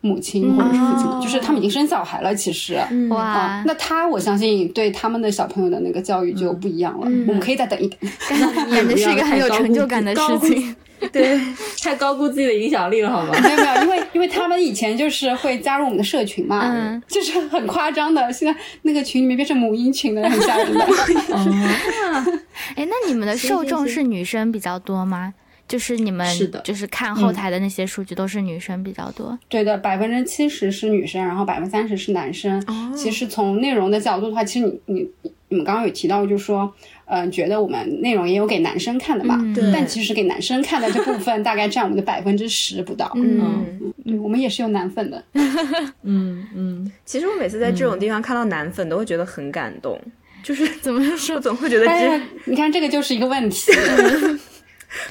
Speaker 5: 母亲或者是父亲了，
Speaker 3: 哦
Speaker 5: 就是他们已经生小孩了，其实。
Speaker 2: 哇
Speaker 5: 啊，，那他我相信对他们的小朋友的那个教育就不一样了。我们可以再等一等，
Speaker 2: 感觉是一个很有成就感的事情。
Speaker 4: 对，太高估自己的影响力了，好吗？
Speaker 5: 没有没有，因为因为他们以前就是会加入我们的社群嘛，
Speaker 2: 嗯
Speaker 5: 就是很夸张的，现在那个群里面变成母婴群了，很吓人的。
Speaker 4: 嗯
Speaker 2: 哎，那你们的受众是女生比较多吗？就是你们
Speaker 4: 是的嗯
Speaker 2: 就是看后台的那些数据都是女生比较多。
Speaker 5: 对的，百分之七十是女生，然后百分之三十是男生。其实从内容的角度的话，其实你你你们刚刚有提到，就是说，嗯、觉得我们内容也有给男生看的嘛，
Speaker 2: 嗯
Speaker 3: 对
Speaker 5: 但其实给男生看的这部分大概占我们的百分之十不到。
Speaker 3: 嗯，
Speaker 5: 嗯，我们也是有男粉的。
Speaker 4: 嗯嗯，
Speaker 3: 其实我每次在这
Speaker 5: 嗯
Speaker 3: 种地方看到男粉，都会觉得很感动，就是
Speaker 2: 怎么说？
Speaker 3: 我总会觉得
Speaker 5: 哎呀
Speaker 3: 这，
Speaker 5: 你看这个就是一个问题，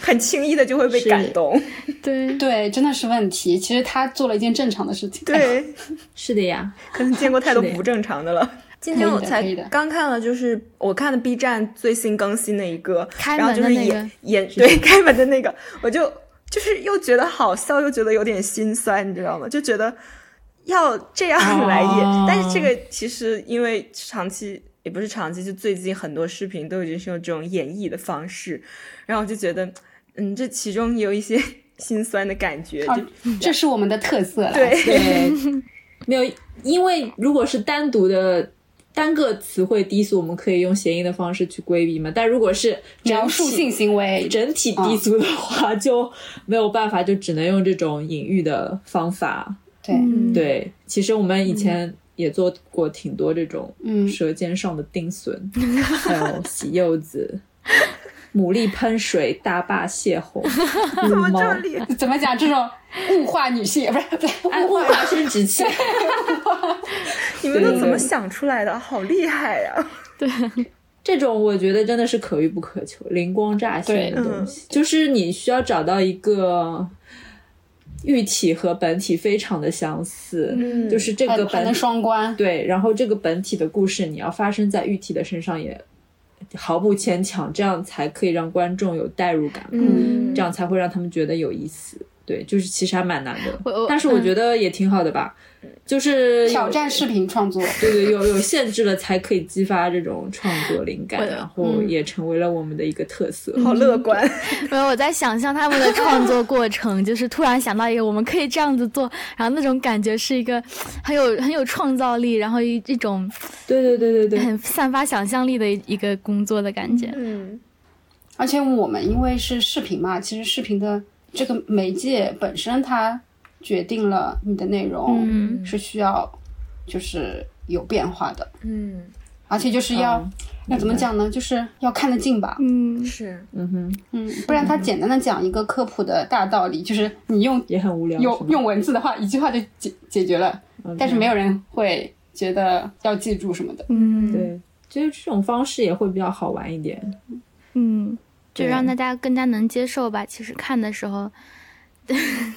Speaker 3: 很轻易的就会被
Speaker 4: 是
Speaker 3: 感
Speaker 5: 哎
Speaker 3: 动。
Speaker 2: 对，
Speaker 5: 对，真的是问题。其实他做了一件正常的事情。哎呦，
Speaker 3: 对，
Speaker 4: 是的呀，
Speaker 3: 可能见过太多
Speaker 4: 是的
Speaker 3: 不正常的了。今天
Speaker 5: 可以
Speaker 3: 我
Speaker 5: 的
Speaker 3: 才
Speaker 5: 可以的
Speaker 3: 刚看了，就是我看的 B 站最新更新的一个，
Speaker 2: 开
Speaker 3: 然后
Speaker 2: 门
Speaker 3: 就
Speaker 2: 的
Speaker 3: 是
Speaker 2: 那
Speaker 3: 演
Speaker 2: 个，
Speaker 3: 演对开门的那个，我就就是又觉得好笑，又觉得有点心酸，你知道吗？就觉得要这样来演，
Speaker 4: 哦
Speaker 3: 但是这个其实因为长期也不是长期，就最近很多视频都已经是用这种演绎的方式，然后我就觉得，嗯，这其中有一些心酸的感觉，就、
Speaker 5: 啊这是我们的特色啦。
Speaker 3: 对
Speaker 4: 对， 没有，因为如果是单独的单个词汇低俗，我们可以用谐音的方式去规避嘛。但如果是整
Speaker 5: 描述
Speaker 4: 体哎
Speaker 5: 性行为，
Speaker 4: 整体低俗的话，就没有办法，就只能用这种隐喻的方法。
Speaker 5: 对，
Speaker 2: 嗯，
Speaker 4: 对，其实我们以前
Speaker 3: 嗯
Speaker 4: 也做过挺多这种
Speaker 5: 嗯
Speaker 4: 舌尖上的钉损， 还有洗柚子、 牡蛎喷水、大坝泄洪、
Speaker 3: 怎么
Speaker 4: 撸猫
Speaker 3: 这么厉害？
Speaker 5: 怎么讲？这种物化女性，不是不是
Speaker 4: 哎，物化生殖器。
Speaker 3: 你们都
Speaker 4: 对
Speaker 3: 怎么
Speaker 4: 对
Speaker 3: 想出来的？好厉害呀、
Speaker 4: 这种我觉得真的是可遇不可求，灵光乍现的
Speaker 3: 对嗯
Speaker 4: 东西，就是你需要找到一个喻体和本体非常的相似，
Speaker 3: 嗯
Speaker 4: 就是这
Speaker 5: 还
Speaker 4: 个
Speaker 5: 还
Speaker 4: 本
Speaker 5: 能双关。
Speaker 4: 对，然后这个本体的故事你要发生在喻体的身上也毫不牵强，这样才可以让观众有代入感，
Speaker 3: 嗯
Speaker 4: 这样才会让他们觉得有意思。对，就是其实还蛮难的，
Speaker 2: 我我
Speaker 4: 但是我
Speaker 2: 嗯
Speaker 4: 觉得也挺好的吧，就是有
Speaker 5: 挑战视频创作，
Speaker 4: 对对，有有限制了才可以激发这种创作灵感，然后也成为了我们的一个特色。
Speaker 3: 好乐观，
Speaker 2: 没有，我在想象他们的创作过 程，就是突然想到一个我们可以这样子做，然后那种感觉是一个很有很有创造力，然后一一种
Speaker 4: 对对对对对，
Speaker 2: 很散发想象力的一一个工作的感觉。
Speaker 3: 嗯，
Speaker 5: 而且我们因为是视频嘛，其实视频的这个媒介本身它决定了你的内容、
Speaker 2: 嗯
Speaker 5: 是需要就是有变化的，
Speaker 3: 嗯，
Speaker 5: 而且就是要、
Speaker 4: 嗯
Speaker 5: 要怎么讲呢？就是要看得进吧，
Speaker 2: 嗯，
Speaker 3: 是，
Speaker 4: 嗯哼，
Speaker 5: 嗯，不然他简单的讲一个科普的大道理，就是你用
Speaker 4: 也很无聊，是
Speaker 5: 用
Speaker 4: 吗
Speaker 5: 用文字的话，一句话就解解决了，但是没有人会觉得要记住什么的。
Speaker 2: 嗯，
Speaker 4: 对，就是这种方式也会比较好玩一点。
Speaker 2: 嗯，就
Speaker 4: 对
Speaker 2: 让大家更加能接受吧。其实看的时候，
Speaker 4: 对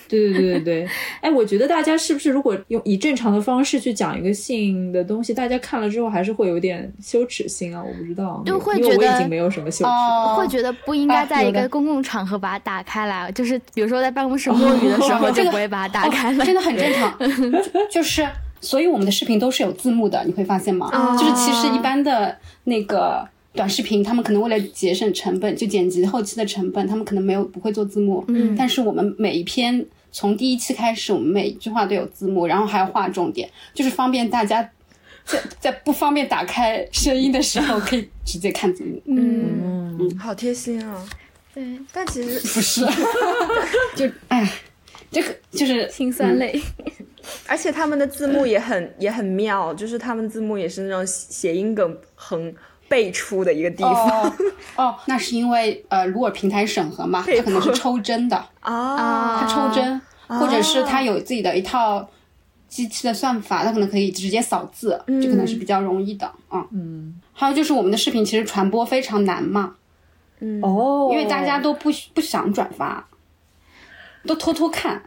Speaker 4: 对对对 对，哎，我觉得大家是不是如果用以正常的方式去讲一个性的东西，大家看了之后还是会有点羞耻心啊？我不知道，
Speaker 2: 就会
Speaker 4: 因为
Speaker 2: 觉
Speaker 4: 我
Speaker 2: 得
Speaker 4: 已经没有什么羞耻了。
Speaker 5: 哦，
Speaker 2: 会觉得不应该
Speaker 5: 啊
Speaker 2: 在一
Speaker 5: 有
Speaker 2: 个
Speaker 5: 的
Speaker 2: 公共场合把它打开来，就是比如说在办公室摸鱼的时候，
Speaker 5: 哦
Speaker 2: 就
Speaker 5: 这个
Speaker 2: 不会把它打开
Speaker 5: 哦
Speaker 2: 来。
Speaker 5: 真的很正常。 就就是，所以我们的视频都是有字幕的，你会发现吗？就是其实一般的那个短视频，他们可能为了节省成本，就剪辑后期的成本，他们可能没有不会做字幕。
Speaker 2: 嗯
Speaker 5: 但是我们每一篇从第一期开始，我们每一句话都有字幕，然后还要画重点，就是方便大家。 在在不方便打开声音的时候，可以直接看字幕，
Speaker 2: 嗯，
Speaker 4: 嗯，
Speaker 3: 好贴心啊！
Speaker 2: 对，
Speaker 3: 但其实，
Speaker 5: 不是？ 就哎呀，这个就是
Speaker 2: 心酸泪。
Speaker 3: 而且他们的字幕也很也很妙，就是他们字幕也是那种谐音梗横辈出的一个地方
Speaker 5: 哦哦， 那是因为呃，如果平台审核嘛，
Speaker 3: 被
Speaker 5: 它可能是
Speaker 3: 迫
Speaker 5: 抽真的，
Speaker 3: 啊
Speaker 2: 啊
Speaker 5: 它抽真，或者是它有自己的一套机器的算法，它可能可以直接扫字，这可能是比较容易的啊。嗯，还有就是我们的视频其实传播非常难嘛，
Speaker 4: 哦，
Speaker 5: 因为大家都不不想转发，都偷偷看。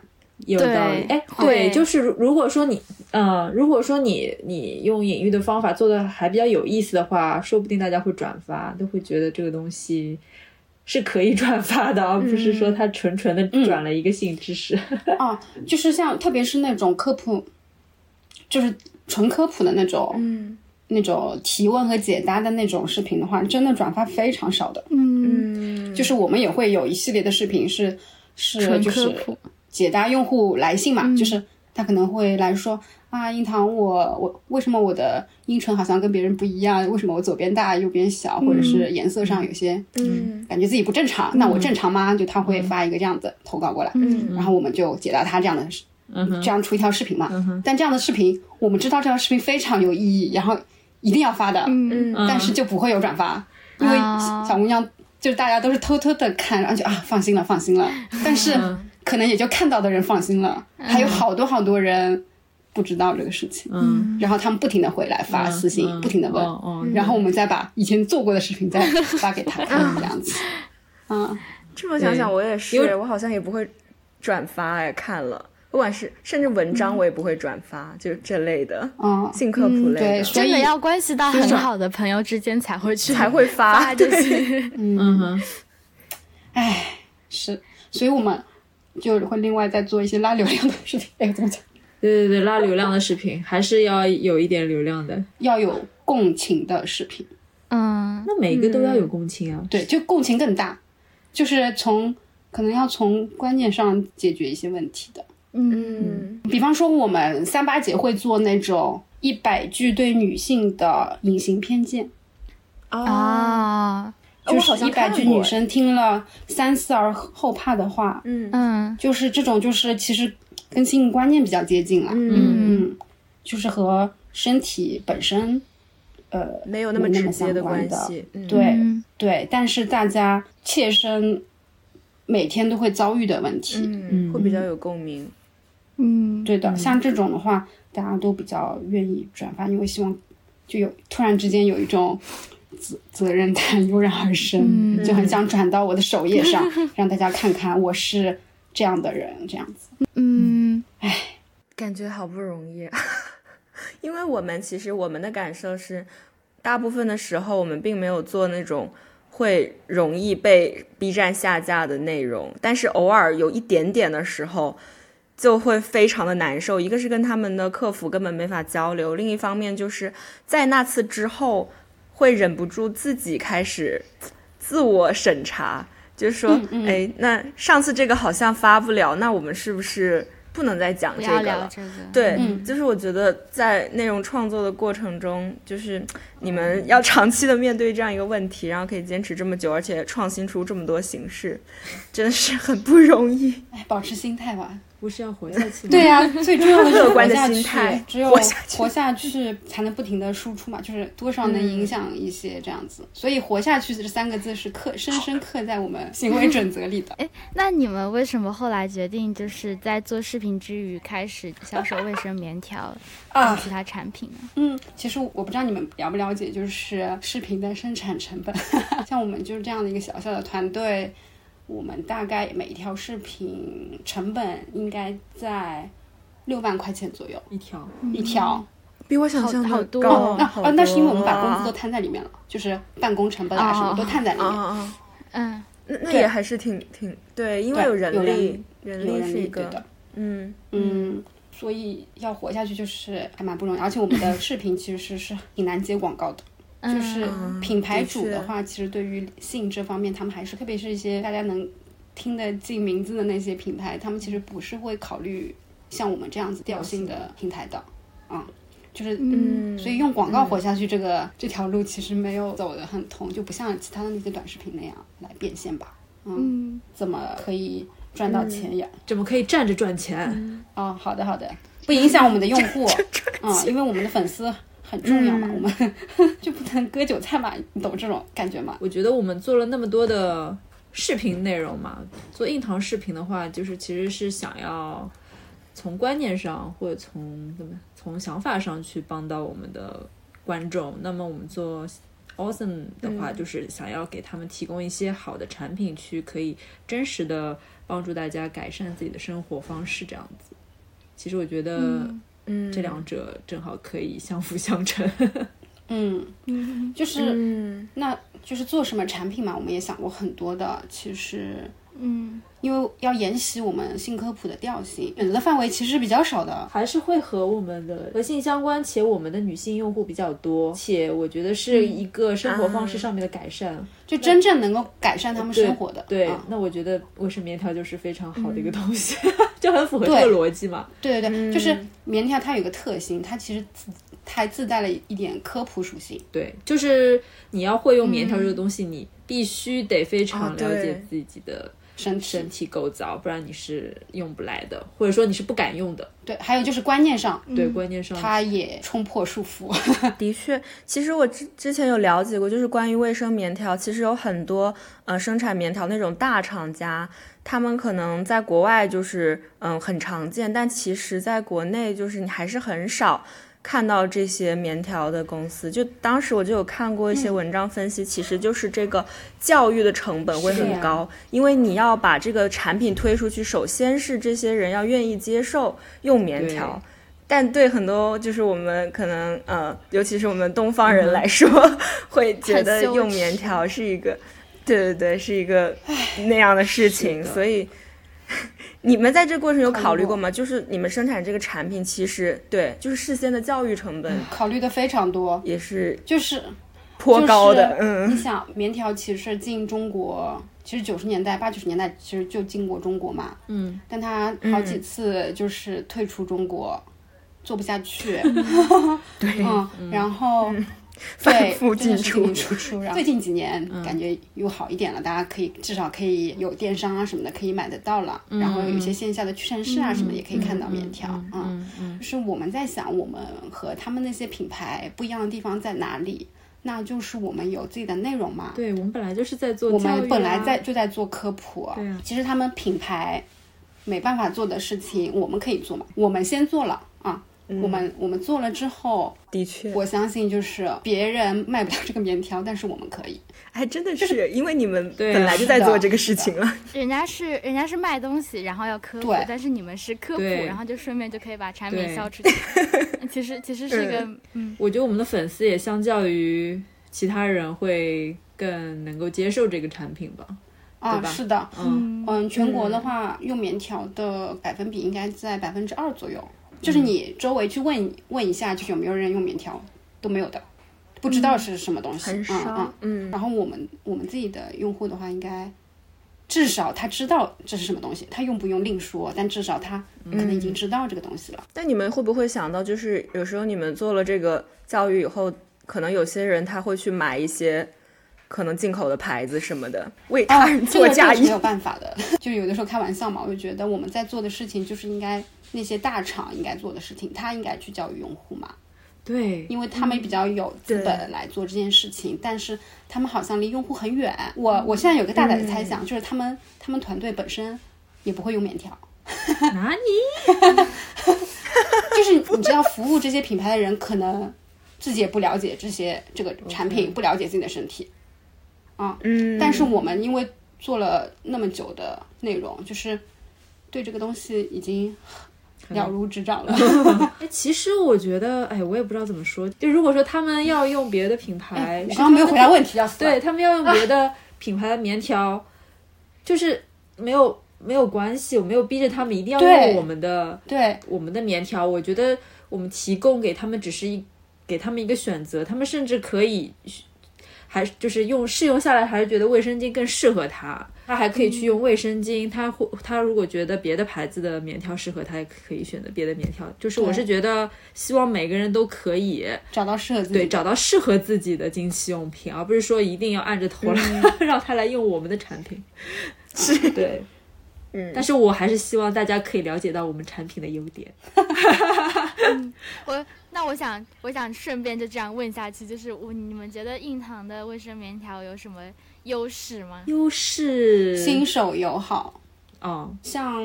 Speaker 4: 有道理，
Speaker 2: 对
Speaker 4: 哎，对，
Speaker 2: 对
Speaker 4: 就是如如果说你，嗯，如果说你你用隐喻的方法做的还比较有意思的话，说不定大家会转发，都会觉得这个东西是可以转发的，而不是说它纯纯的转了一个性知识。
Speaker 5: 啊，就是像特别是那种科普，就是纯科普的那种，嗯，那种提问和解答的那种视频的话，真的转发非常少的。
Speaker 2: 嗯，
Speaker 3: 嗯，
Speaker 5: 就是我们也会有一系列的视频是是
Speaker 2: 纯
Speaker 5: 就
Speaker 2: 科
Speaker 5: 是
Speaker 2: 普
Speaker 5: 解答用户来信
Speaker 2: 嗯
Speaker 5: 嘛，就是他可能会来说啊，樱桃我我为什么我的阴唇好像跟别人不一样？为什么我左边大右边小，
Speaker 2: 嗯
Speaker 5: 或者是颜色上有些
Speaker 3: 嗯
Speaker 5: 感觉自己不正常？那我正常吗？就他会发一个这样的投稿过来，
Speaker 2: 嗯
Speaker 5: 然后我们就解答他这样的事。这样出一条视频嘛，但这样的视频我们知道这条视频非常有意义，然后一定要发的，
Speaker 2: 嗯
Speaker 3: 嗯
Speaker 5: 但是就不会有转发，因为
Speaker 2: 啊
Speaker 5: 小姑娘就是大家都是偷偷的看，然后就啊放心了，放心了。但是可能也就看到的人放心了，还有好多好多人不知道这个事情，
Speaker 4: 嗯，
Speaker 5: 然后他们不停的回来发私信，
Speaker 4: 嗯嗯
Speaker 5: 不停的问，
Speaker 4: 哦哦
Speaker 5: 然后我们再把以前做过的视频再发给他看，这样子。啊，
Speaker 3: 这么想想，
Speaker 4: 对
Speaker 3: 我也是
Speaker 4: 因为，
Speaker 3: 我好像也不会转发哎，看了，不管是甚至文章我也不会转发，就是这类的
Speaker 5: 嗯，
Speaker 3: 性科普
Speaker 5: 嗯
Speaker 3: 类
Speaker 5: 对
Speaker 3: 的
Speaker 5: 所以
Speaker 2: 真的要关系到很
Speaker 5: 就是
Speaker 2: 好的朋友之间才会去
Speaker 3: 才会
Speaker 2: 发
Speaker 3: 发，
Speaker 2: 这
Speaker 3: 对
Speaker 2: 些。
Speaker 4: 嗯哼，
Speaker 5: 唉，是，所以我们就会另外再做一些拉流量的事情。 哎，怎么讲？
Speaker 4: 对对对，拉流量的视频还是要有一点流量的，
Speaker 5: 要有共情的视频，
Speaker 2: 嗯，
Speaker 4: 那每个都要有共情啊。
Speaker 5: 对，就共情更大，就是从可能要从观念上解决一些问题的。
Speaker 3: 嗯，
Speaker 5: 比方说，我们三八节会做那种一百句对女性的隐形偏见，
Speaker 3: 啊，
Speaker 2: 啊，
Speaker 3: 哦
Speaker 5: 就
Speaker 3: 我好
Speaker 5: 是
Speaker 3: 像
Speaker 5: 一百
Speaker 3: 看
Speaker 5: 句
Speaker 3: 过
Speaker 5: 女
Speaker 3: 哎
Speaker 5: 生听了三思而后怕的话，
Speaker 3: 嗯
Speaker 2: 嗯
Speaker 5: 就是这种，就是其实跟性观念比较接近了。
Speaker 3: 嗯，
Speaker 5: 嗯，就是和身体本身，呃，
Speaker 3: 没有那
Speaker 5: 那
Speaker 3: 么
Speaker 5: 么
Speaker 3: 直接
Speaker 5: 相
Speaker 3: 的
Speaker 5: 关
Speaker 3: 关
Speaker 5: 的
Speaker 3: 系，嗯
Speaker 5: 对
Speaker 2: 嗯
Speaker 5: 对，但是大家切身每天都会遭遇的问题。
Speaker 3: 嗯，
Speaker 4: 嗯
Speaker 3: 会比较有共鸣，
Speaker 2: 嗯，
Speaker 5: 对的，像这种的话，大家都比较愿意转发，因为希望就有突然之间有一种责责任感油然而生，
Speaker 2: 嗯
Speaker 5: 就很想转到我的首 页上，让大家看看我是这样的人，这样子。
Speaker 2: 嗯
Speaker 3: 感觉好不容易，啊因为我们其实我们的感受是，大部分的时候我们并没有做那种会容易被 B 站下架的内容，但是偶尔有一点点的时候。就会非常的难受，一个是跟他们的客服根本没法交流，另一方面就是在那次之后，会忍不住自己开始自我审查，就是说，
Speaker 5: 嗯嗯
Speaker 3: 哎，那上次这个好像发不了，那我们是不是不能再讲
Speaker 2: 不
Speaker 3: 这
Speaker 2: 要
Speaker 3: 个
Speaker 2: 聊
Speaker 3: 了？
Speaker 2: 这个。
Speaker 3: 对，
Speaker 5: 嗯
Speaker 3: 就是我觉得在内容创作的过程中，就是你们要长期的面对这样一个问题，然后可以坚持这么久，而且创新出这么多形式， 真的是很不容易。
Speaker 5: 哎，保持心态吧。
Speaker 4: 不是要活下去吗？
Speaker 5: 对呀、最重要的是
Speaker 3: 乐观
Speaker 5: 活
Speaker 3: 的
Speaker 5: 下
Speaker 3: 心
Speaker 5: 去
Speaker 3: 态，
Speaker 5: 只有
Speaker 3: 活下去
Speaker 5: 活下去才能不停的输出嘛，就是多少
Speaker 3: 嗯
Speaker 5: 能影响一些这样子。所以“活下去”这三个字是刻深深刻在我们行为准则里的。
Speaker 2: 那你们为什么后来决定就是在做视频之余开始销售卫生棉条
Speaker 5: 啊
Speaker 2: 等其他产品呢？
Speaker 5: 嗯，其实我不知道你们了不了解，就是视频的生产成本。 像我们就是这样的一个小小的团队，我们大概每一条视频成本应该在六万块钱左右
Speaker 4: 一条
Speaker 3: 嗯
Speaker 5: 一条。
Speaker 3: 比我想
Speaker 2: 好
Speaker 3: 象的
Speaker 2: 好多
Speaker 3: 高
Speaker 2: 哦
Speaker 5: 那
Speaker 3: 嗯好
Speaker 5: 哦，那是因为我们
Speaker 3: 多
Speaker 5: 把工资
Speaker 3: 啊
Speaker 5: 都摊在里面了，就是办公成本啊什么
Speaker 2: 哦
Speaker 5: 都摊在里
Speaker 3: 啊
Speaker 5: 面。
Speaker 3: 啊啊，
Speaker 2: 嗯
Speaker 3: 那那
Speaker 5: 对
Speaker 3: 也还是挺挺对，因为
Speaker 5: 对
Speaker 3: 有人
Speaker 5: 有人
Speaker 3: 力，人
Speaker 5: 有
Speaker 3: 力是
Speaker 5: 人
Speaker 3: 一
Speaker 5: 力对
Speaker 3: 个
Speaker 5: 的，
Speaker 3: 嗯
Speaker 5: 嗯，所以要活下去就是还蛮不容易，而且我 们的视频其实是挺难接广告的。
Speaker 2: 嗯，
Speaker 5: 就是品牌主
Speaker 3: 啊的
Speaker 5: 的
Speaker 3: 确
Speaker 5: 话，其实对于性这方面，他们还是特别是一些大家能听得进名字的那些品牌，他们其实不是会考虑像我们这样子调性的平台的，嗯，就是
Speaker 2: 嗯
Speaker 5: 所以用广告活下去这个、这条路其实没有走得很通，就不像其他的那些短视频那样来变现吧，嗯，
Speaker 2: 嗯
Speaker 5: 怎么可以赚到钱呀？
Speaker 4: 怎么可以站着赚钱？
Speaker 5: 哦，好的好的，不影响我们的用户，嗯，因为我们的粉丝很重要嘛，我们
Speaker 2: 嗯
Speaker 5: 就不能割韭菜嘛，你懂这种感觉吗？
Speaker 4: 我觉得我们做了那么多的视频内容嘛，做硬糖视频的话，就是其实是想要从观念上或者从怎么从想法上去帮到我们的观众。那么我们做 Awesome 的话，就是想要给他们提供一些好的产品，去可以真实的帮助大家改善自己的生活方式，这样子。其实我觉得
Speaker 3: 嗯，
Speaker 4: 这两者正好可以相辅相成。
Speaker 5: 嗯，
Speaker 2: 嗯
Speaker 5: 就是、
Speaker 3: 嗯
Speaker 5: 那就是做什么产品嘛，我们也想过很多的，其实。
Speaker 2: 嗯
Speaker 5: 因为要沿袭我们性科普的调性，选择的范围其实是比较少的。
Speaker 4: 还是会和我们的和性相关，且我们的女性用户比较多，且我觉得是
Speaker 5: 嗯
Speaker 4: 一个生活
Speaker 5: 啊
Speaker 4: 方式上面的改善。
Speaker 5: 就真正能够改善他们生活的，
Speaker 4: 对，
Speaker 5: 啊嗯
Speaker 4: 那我觉得卫生棉条就是非常好的一个东西， 就很符合这个
Speaker 5: 对
Speaker 4: 逻辑嘛。
Speaker 5: 对对对，就是棉条它有个特性，它其实自它还自带了一点科普属性。
Speaker 4: 对，就是你要会用棉条
Speaker 5: 嗯
Speaker 4: 这个东西，你必须得非常
Speaker 5: 啊
Speaker 3: 哦
Speaker 4: 了解
Speaker 3: 对
Speaker 4: 自己的
Speaker 5: 身体
Speaker 4: 身体构造，不然你是用不来的，或者说你是不敢用的。
Speaker 5: 对，还有就是观念上，
Speaker 4: 对，关键上
Speaker 5: 它也冲破束缚。
Speaker 3: 的确，其实我之之前有了解过，就是关于卫生棉条，其实有很多呃生产棉条那种大厂家，他们可能在呃国外就是嗯、很常见，但其实在国内就是你还是很少看到这些棉条的公司，就当时我就有看过一些文章分析，其实就是这个教育的成本会
Speaker 4: 是
Speaker 3: 很
Speaker 4: 呀
Speaker 3: 高，因为你要把这个产品推出去，首先是这些人要愿意接受用棉条。但对很多就是我们可能呃，尤其是我们东方
Speaker 5: 嗯
Speaker 3: 人来说， 会觉
Speaker 2: 很
Speaker 3: 得
Speaker 2: 羞
Speaker 3: 用棉
Speaker 2: 耻
Speaker 3: 条是一个，对对对，是一个那样的事情，
Speaker 4: 的
Speaker 3: 所以 你们在这过程有
Speaker 5: 考虑
Speaker 3: 考虑
Speaker 5: 过
Speaker 3: 过吗？就是你们生产这个产品，其实对，就是事先的教育成本
Speaker 5: 考虑的非常多，
Speaker 3: 也是
Speaker 5: 就是
Speaker 3: 颇高的，
Speaker 5: 就是你
Speaker 3: 嗯，
Speaker 5: 想，棉条其实进中国，其实九十年代、八九十年代其实就进过中国嘛，
Speaker 4: 嗯，
Speaker 5: 但它好几次就是退出中国，做不下去，
Speaker 3: 对
Speaker 5: 嗯，然后。
Speaker 3: 反
Speaker 5: 对，
Speaker 3: 复
Speaker 5: 真的
Speaker 3: 进
Speaker 5: 是
Speaker 3: 出
Speaker 5: 进，出出，然后最近几年感觉又好一点了，大家可以至少可以有电商啊什么的可以买得到了，然后有一些线下的屈臣氏啊什么的也可以看到面条，嗯，就是我们在想我们和他们那些品牌不一样的地方在哪里，那就是我们有自己的内容嘛，
Speaker 4: 对我们本来就是在做
Speaker 5: 我
Speaker 4: 教育啊、
Speaker 5: 们本来在就在做科普，
Speaker 4: 对啊
Speaker 5: 其实他们品牌没办法做的事情，我们可以做嘛，我们先做了啊。我们我们做了之后，
Speaker 3: 的确，
Speaker 5: 我相信就是别人卖不了这个棉条，但是我们可以。
Speaker 3: 哎，真的是因为你们
Speaker 4: 对啊
Speaker 3: 本来就在
Speaker 5: 是的
Speaker 3: 做这个事情了，
Speaker 2: 人家是人家是卖东西，然后要科普
Speaker 5: 对，
Speaker 2: 但是你们是科普，
Speaker 4: 对
Speaker 2: 然后就顺便就可以把产
Speaker 4: 对
Speaker 2: 品销出去。其实其实是一个嗯，
Speaker 4: 我觉得我们的粉丝也相较于其他人会更能够接受这个产品吧。
Speaker 5: 啊
Speaker 4: 对，吧
Speaker 5: 是的，
Speaker 4: 嗯，
Speaker 5: 嗯，全国的话，用棉条的百分比应该在百分之二左右，就是
Speaker 3: 嗯
Speaker 5: 你周围去问问一下，就是有没有人用棉条，都没有的，不知道是什么东西，
Speaker 3: 很
Speaker 5: 嗯嗯
Speaker 3: 少，。嗯，
Speaker 5: 然后我们我们自己的用户的话，应该至少他知道这是什么东西，他用不用另说，但至少他可能已
Speaker 3: 嗯
Speaker 5: 经知道这个东西了。
Speaker 3: 但你们会不会想到，就是有时候你们做了这个教育以后，可能有些人他会去买一些可能进口的牌子什么的，为他人
Speaker 5: 哦这
Speaker 3: 做
Speaker 5: 个这
Speaker 3: 嫁
Speaker 5: 个是
Speaker 3: 衣
Speaker 5: 没。有办法的， 就有的时候开玩笑嘛，我就觉得我们在做的事情就是应该那些大厂应该做的事情，他应该去教育用户嘛，
Speaker 4: 对，
Speaker 5: 因为他们比较有资本来做这件事情，但是他们好像离用户很远。
Speaker 4: 嗯
Speaker 5: 我我现在有个大胆的猜想，就是他们他们团队本身也不会用 棉条。
Speaker 4: 哪里？
Speaker 5: 就是你知道，服务这些品牌的人可能自己也不了解这些这个产品，不了解自己的身体啊。
Speaker 3: 嗯，
Speaker 5: 但是我们因为做了那么久的内容，就是对这个东西已经了如指掌 了。
Speaker 4: 哎，其实我觉得，哎，我也不知道怎么说。就如果说他们要用别的品牌，
Speaker 5: 我
Speaker 4: 是
Speaker 5: 刚刚没有
Speaker 4: 他
Speaker 5: 回
Speaker 4: 们
Speaker 5: 答问题，要死了
Speaker 4: 哎对他们要用别的品牌的棉条，就是没有没有关系，我没有逼着他们一定要用
Speaker 5: 对
Speaker 4: 我们的
Speaker 5: 对
Speaker 4: 我们的棉条。我觉得我们提供给他们只是一给他们一个选择，他们甚至可以还就是用试用下来，还是觉得卫生巾更适合他。他还可以去用卫生巾，他或他如果觉得别的牌子的棉条适合，他也可以选择别的棉条。就是我
Speaker 5: 对
Speaker 4: 是觉得，希望每个人都可以，
Speaker 5: 找到适合自己
Speaker 4: 对，
Speaker 5: 的。
Speaker 4: 找到适合自己的经期用品，而不是说一定要按着头来、 让他来用我们的产品。是对，嗯，但是我还是希望大家可以了解到我们产品的优点。
Speaker 2: 我那我想我想顺便就这样问下去，就是我你们觉得印堂的卫生棉条有什么优势吗？
Speaker 4: 优势
Speaker 5: 新手友好，
Speaker 4: 哦，
Speaker 5: 像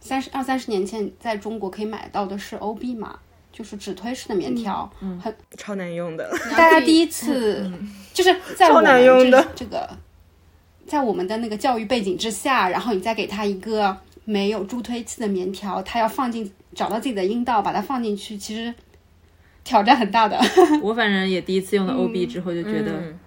Speaker 5: 三十二三十年前在中国可以买到的是 OB 嘛，就是只推
Speaker 4: 嗯
Speaker 5: 式的棉条，很
Speaker 3: 超难用的，
Speaker 5: 大家第一次
Speaker 4: 嗯
Speaker 5: 就是在
Speaker 3: 超
Speaker 5: 我们
Speaker 3: 难用的
Speaker 5: 这这个，在我们的那个教育背景之下，然后你再给他一个没有助推器的棉条，他要放进找到自己的阴道，把它放进去，其实挑战很大的。
Speaker 4: 我反正也第一次用了 OB 之后就觉得，
Speaker 3: 嗯
Speaker 5: 嗯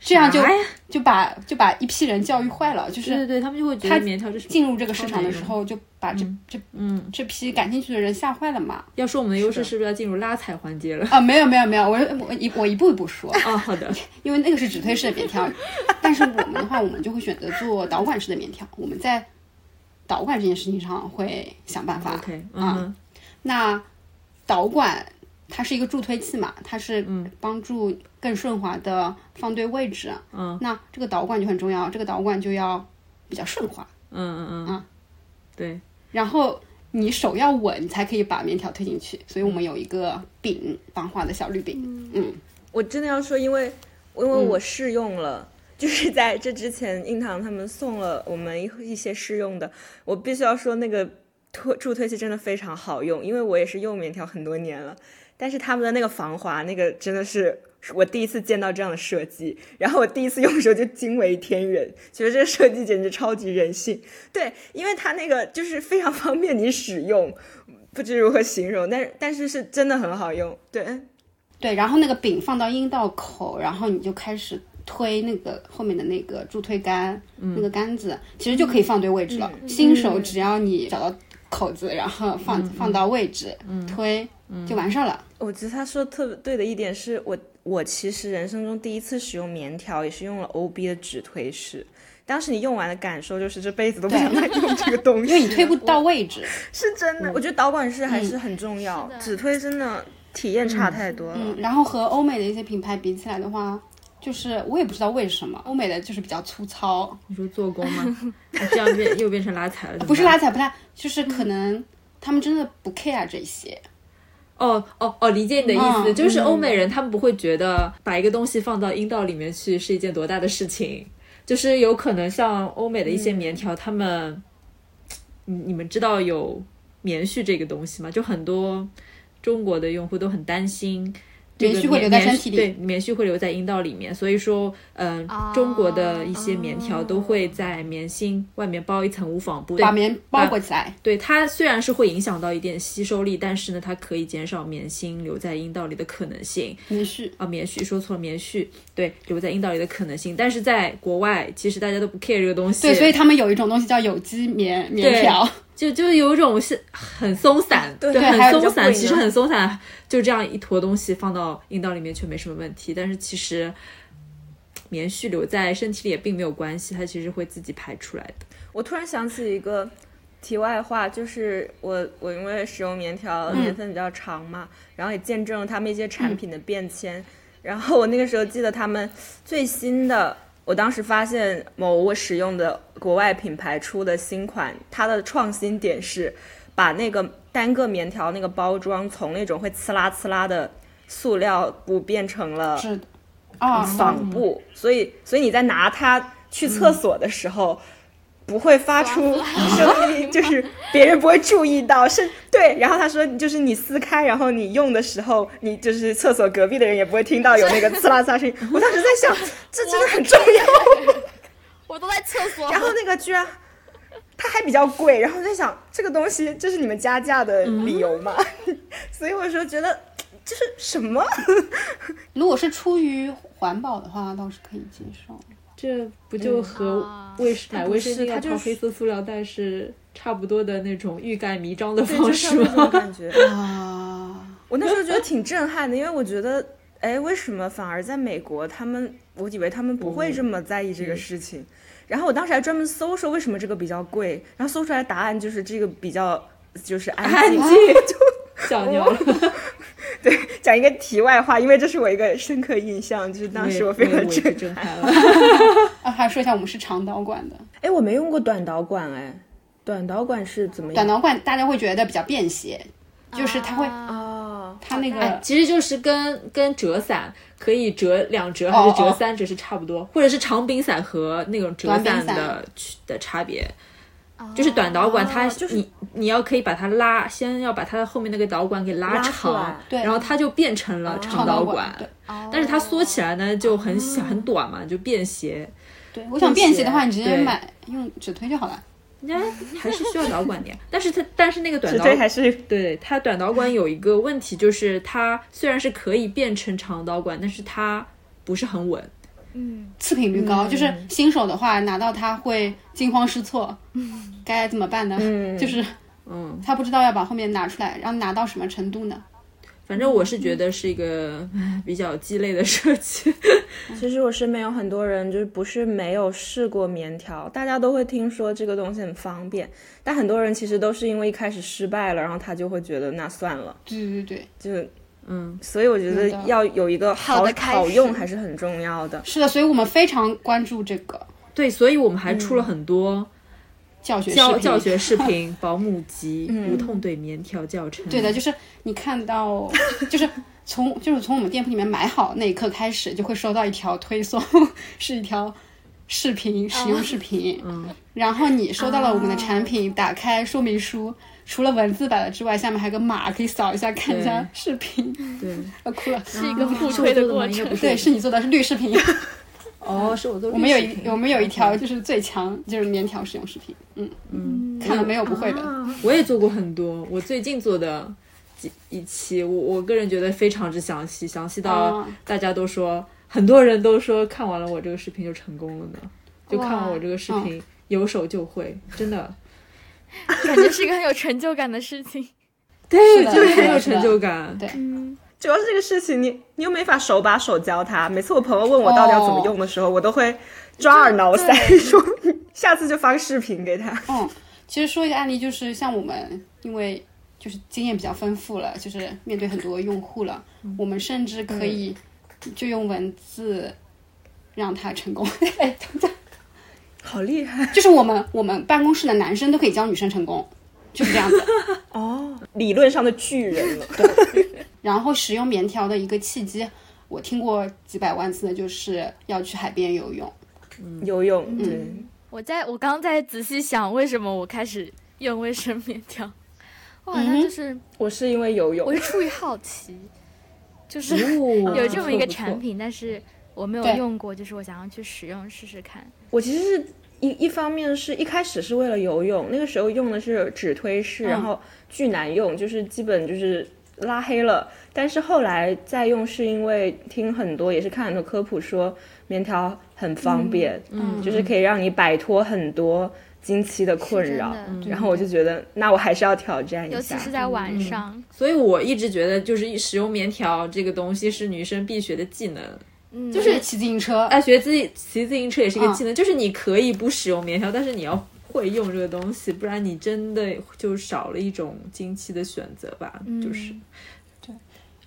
Speaker 5: 这样就
Speaker 4: 啥呀
Speaker 5: 就把就把一批人教育坏了，就
Speaker 4: 对对
Speaker 5: 是
Speaker 4: 对，他们就会觉
Speaker 5: 他
Speaker 4: 得棉条就是
Speaker 5: 进入这个市场的时候，就把这这
Speaker 4: 嗯，
Speaker 5: 这批感兴趣的人吓坏了嘛。
Speaker 4: 要说我们的优势
Speaker 3: 的
Speaker 4: 是不是要进入拉踩环节了？
Speaker 5: 啊，没有没有没有，我我一我一步一步说，
Speaker 4: 哦，好的，
Speaker 5: 因为那个是只推式的 棉条，但是我们的话，我们就会选择做导管式的棉条。我们在导管这件事情上会想办法。
Speaker 4: OK，嗯哼，
Speaker 5: 那导管它是一个助推器嘛，它是帮助更顺滑的放对位置。
Speaker 4: 嗯，
Speaker 5: 那这个导管就很重要，这个导管就要比较顺滑，
Speaker 4: 嗯嗯嗯
Speaker 5: 啊，
Speaker 4: 对，
Speaker 5: 然后你手要稳，你才可以把棉条推进去。所以我们有一个饼，防滑的小绿饼。嗯，
Speaker 3: 我真的要说，因为因为我试用了。 就是在这之前，印堂他们送了我们一一些试用的，我必须要说那个推助推器真的非常好用，因为我也是用棉条很多年了，但是他们的那个防滑，那个真的是我第一次见到这样的设计，然后我第一次用的时候就惊为天人，觉得这个设计简直超级人性。对，因为它那个就是非常方便你使用，不知如何形容，但但是是真的很好用。对，
Speaker 5: 对，然后那个饼放到阴道口，然后你就开始推那个后面的那个助推杆，那
Speaker 4: 嗯
Speaker 5: 个杆子其实就可以放对位置了。新手只要你找到口子，然后
Speaker 4: 嗯
Speaker 5: 放、放到位置，推就完事儿了。
Speaker 3: 我觉得他说得特别对的一点是我，我其实人生中第一次使用棉条，也是用了 O B 的指推式。当时你用完的感受就是这辈子都不想再用这个东西，
Speaker 5: 因为你推不嗯到位置，
Speaker 3: 是真的。我觉得导管式还是很重要，指推真的体验差太多了。
Speaker 5: 嗯，然后和欧美的一些品牌比起来的话，就是我也不知道为什么，欧美的就是比较粗糙，
Speaker 4: 你说做工吗？啊这样变又变成拉踩了，怎么
Speaker 5: 不是
Speaker 4: 办
Speaker 5: 拉踩不太，就是可能他们真的不 care 这些。
Speaker 4: 哦哦哦，理解你的意思，
Speaker 5: 嗯
Speaker 4: 就是欧美人他们不会觉得把一个东西放到阴道里面去是一件多大的事情，就是有可能像欧美的一些棉条，他们，你你们知道有棉絮这个东西吗？就很多中国的用户都很担心。这个
Speaker 5: 棉絮会留在身体里
Speaker 4: 棉对，棉絮会留在阴道里面，所以说，嗯、
Speaker 2: 哦
Speaker 4: 中国的一些棉条都会在棉芯外面包一层无纺布，
Speaker 5: 哦把棉包
Speaker 4: 把
Speaker 5: 裹起来，
Speaker 4: 对它虽然是会影响到一点吸收力，但是呢，它可以减少棉芯留在阴道里的可能性
Speaker 5: 棉絮
Speaker 4: 啊，棉絮说错了，棉絮对留在阴道里的可能性。但是在国外，其实大家都不 care 这个东西，
Speaker 5: 对，所以他们有一种东西叫有机棉棉
Speaker 4: 对
Speaker 5: 条，
Speaker 4: 就就有一种是很松散，对，
Speaker 5: 啊对
Speaker 4: 很
Speaker 5: 还有
Speaker 4: 松
Speaker 3: 比较
Speaker 4: 散，
Speaker 3: 贵
Speaker 4: 其
Speaker 3: 呢
Speaker 4: 实很松散，就这样一坨东西放到阴道里面却没什么问题，但是其实。棉絮留在身体里也并没有关系，它其实会自己排出来的。
Speaker 3: 我突然想起一个题外话，就是我我因为使用棉条年份比较长嘛，然后也见证了他们一些产品的变迁。然后我那个时候记得他们最新的，我当时发现某我使用的国外品牌出的新款，它的创新点是把那个单个棉条那个包装从那种会呲啦呲啦的塑料布变成了
Speaker 5: 是的啊，
Speaker 3: 纺布，所以所以你在拿它去厕所的时候，不会嗯发出声音，就是别人不会注意到，是对。然后他说，就是你撕开，然后你用的时候，你就是厕所隔壁的人也不会听到有 那个刺啦刺啦声音。我当时在想，这真的很重要。
Speaker 2: 我都在厕所。
Speaker 3: 然后那个居然。它还比较贵，然后我在想这个东西这是你们加价的理由吗？ 所以我说觉得这是什么？
Speaker 5: 如果是出于环保的话，倒是可以接受。
Speaker 4: 这不就和
Speaker 2: 啊
Speaker 4: 卫生、买
Speaker 3: 不
Speaker 4: 卫生
Speaker 3: 是
Speaker 4: 巾
Speaker 3: 它
Speaker 4: 要
Speaker 3: 就
Speaker 4: 套
Speaker 3: 是
Speaker 4: 黑色塑料袋是差不多的那种欲盖弥彰的
Speaker 3: 对，
Speaker 4: 方
Speaker 3: 就
Speaker 4: 式
Speaker 3: 像这种
Speaker 4: 吗？
Speaker 3: 感觉。
Speaker 5: 啊，
Speaker 3: 我那时候觉得挺震撼的，因为我觉得，哎，为什么反而在美国他们，我以为他们不会这么在意这个事情。然后我当时还专门搜说为什么这个比较贵，然后搜出来答案就是这个比较就是 安静。
Speaker 4: 小 牛了。
Speaker 3: 对， 讲一个题外话，因为这是我一个深刻印象，就是当时我非常震撼。
Speaker 4: 撼了。
Speaker 5: 啊，还说一下，我们是长导管的，
Speaker 3: 哎，我没用过短导管，哎，短导管是怎么
Speaker 5: 短
Speaker 3: 样？
Speaker 5: 导管大家会觉得比较便携，就是它会、
Speaker 2: 啊
Speaker 3: 哦，
Speaker 5: 它那个、
Speaker 4: 啊哎，其实就是跟跟折伞可以折两折
Speaker 3: 哦
Speaker 4: 还是折三折是差不多，或者是长柄伞和那种折伞
Speaker 5: 短柄伞
Speaker 4: 的区的差别。就是短导管，它
Speaker 3: 就是
Speaker 4: 你你要可以把它拉，先要把它的后面那个导管给拉
Speaker 3: 拉出来
Speaker 4: 长，
Speaker 5: 对哦
Speaker 4: 然后它就变成了长
Speaker 5: 长导
Speaker 4: 导
Speaker 5: 管。对哦
Speaker 4: 但是它缩起来呢就很小很短嘛，就便携。
Speaker 5: 对，我想便携的话，你直接
Speaker 4: 对
Speaker 5: 买用指推就好了。
Speaker 4: 应该还是需要导管的呀，但是它 但是那个短
Speaker 3: 指
Speaker 4: 导
Speaker 3: 推还是
Speaker 4: 对它短导管有一个问题，就是它虽然是可以变成长导管，但是它不是很稳。
Speaker 5: 次品率
Speaker 4: 嗯
Speaker 5: 高，就是新手的话拿到它会惊慌 失措，该怎么办呢？就是
Speaker 4: 嗯，
Speaker 5: 他不知道要把后面拿出来，然后拿到什么程度呢？
Speaker 4: 反正我是觉得是一个
Speaker 5: 嗯
Speaker 4: 唉比较鸡肋的设计。
Speaker 3: 其实我身边有很多人，就是不是没有试过棉条，大家都会听说这个东西很方便，但很多人其实都是因为一开始失败了，然后他就会觉得那算了，
Speaker 5: 对对对，
Speaker 3: 就
Speaker 4: 嗯，
Speaker 3: 所以我觉得
Speaker 5: 嗯
Speaker 3: 要有一个
Speaker 2: 好
Speaker 3: 好
Speaker 2: 的开始
Speaker 3: 好用还是很重要的。
Speaker 5: 是的，所以我们非常关注这个
Speaker 4: 对，所以我们还出了很多
Speaker 5: 嗯教学视
Speaker 4: 教
Speaker 5: 频
Speaker 4: 教学视 频、保姆级、无痛对棉条教程。
Speaker 5: 对的，就是你看到，就是从就是从我们店铺里面买好那一刻开始，就会收到一条推送，是一条视频、使用视频，
Speaker 4: 嗯，
Speaker 5: 然后你收到了我们的产品，打开说明书，除了文字版的之外，下面还有个码，可以扫一下看一下
Speaker 4: 对
Speaker 5: 视频。
Speaker 4: 对，
Speaker 5: 啊，哭了，
Speaker 2: 是一个互
Speaker 4: 是我
Speaker 2: 推
Speaker 4: 做
Speaker 2: 的
Speaker 4: 的
Speaker 2: 过
Speaker 4: 吗？应该
Speaker 2: 程
Speaker 4: 不。是
Speaker 5: 对，是你做的，是绿视频。
Speaker 4: 哦，是我做。
Speaker 5: 我们有一我们有一条就是最强，就是棉条使用视频。嗯嗯，看了没有不会的。
Speaker 4: 我也做过很多，我最近做的几一期，我我个人觉得非常之详细，详细到
Speaker 5: 啊
Speaker 4: 大家都说，很多人都说看完了我这个视频就成功了呢，就看完我这个视频有手就会，真的，
Speaker 2: 感觉是一个很有成就感的事情。
Speaker 4: 对
Speaker 5: 是的
Speaker 4: 就是
Speaker 5: 是的
Speaker 4: 很有
Speaker 5: 是的
Speaker 4: 成就感，
Speaker 5: 对
Speaker 3: 主要是这个事情，你你又没法手把手教他。每次我朋友问我到底要怎么用的时候，我都会抓耳挠腮，说嗯下次就发个视频给他。
Speaker 5: 嗯，其实说一个案例，就是像我们，因为就是经验比较丰富了，就是面对很多用户了，我们甚至可以就用文字让他成功。 哎，等一下
Speaker 3: 好厉害
Speaker 5: 就是我们我们办公室的男生都可以教女生成功，就是这样 子。
Speaker 3: 哦！理论上的巨 人了，
Speaker 5: 然后使用棉条的一个契机，我听过几百万次的，就是要去海边游泳。
Speaker 3: 游泳对。
Speaker 2: 我在我刚在仔细想，为什么我开始用卫生棉条？我好像
Speaker 5: 嗯
Speaker 2: 就是、
Speaker 3: 我是因为游泳
Speaker 2: 我，是出于好奇，就是
Speaker 4: 哦
Speaker 2: 有这么一个产，
Speaker 4: 不错
Speaker 2: 品，但是我没有
Speaker 5: 对
Speaker 2: 用过，就是我想要去使用试试看。
Speaker 3: 我其实是一一方面是一开始是为了游泳，那个时候用的是指推式，
Speaker 5: 嗯
Speaker 3: 然后巨难用，就是基本就是拉黑了。但是后来再用是因为听很多也是看很多科普说棉条很方便，
Speaker 4: 嗯
Speaker 3: 就是可以让你摆脱很多经期的困扰
Speaker 2: 是真。
Speaker 3: 然后我就觉得，那我还是要挑战
Speaker 2: 尤
Speaker 3: 一
Speaker 2: 其
Speaker 3: 下。
Speaker 2: 是在
Speaker 4: 嗯
Speaker 2: 晚上，
Speaker 4: 不错所以我一直觉得就是使用棉条这个东西是女生必学的技能。
Speaker 2: 嗯，
Speaker 5: 就是哎骑自行车，
Speaker 4: 爱哎学自己骑自行车也是一个
Speaker 5: 嗯
Speaker 4: 技能，就是你可以不使用棉条，但是你要会用这个东西，不然你真的就少了一种经期的选择吧。就是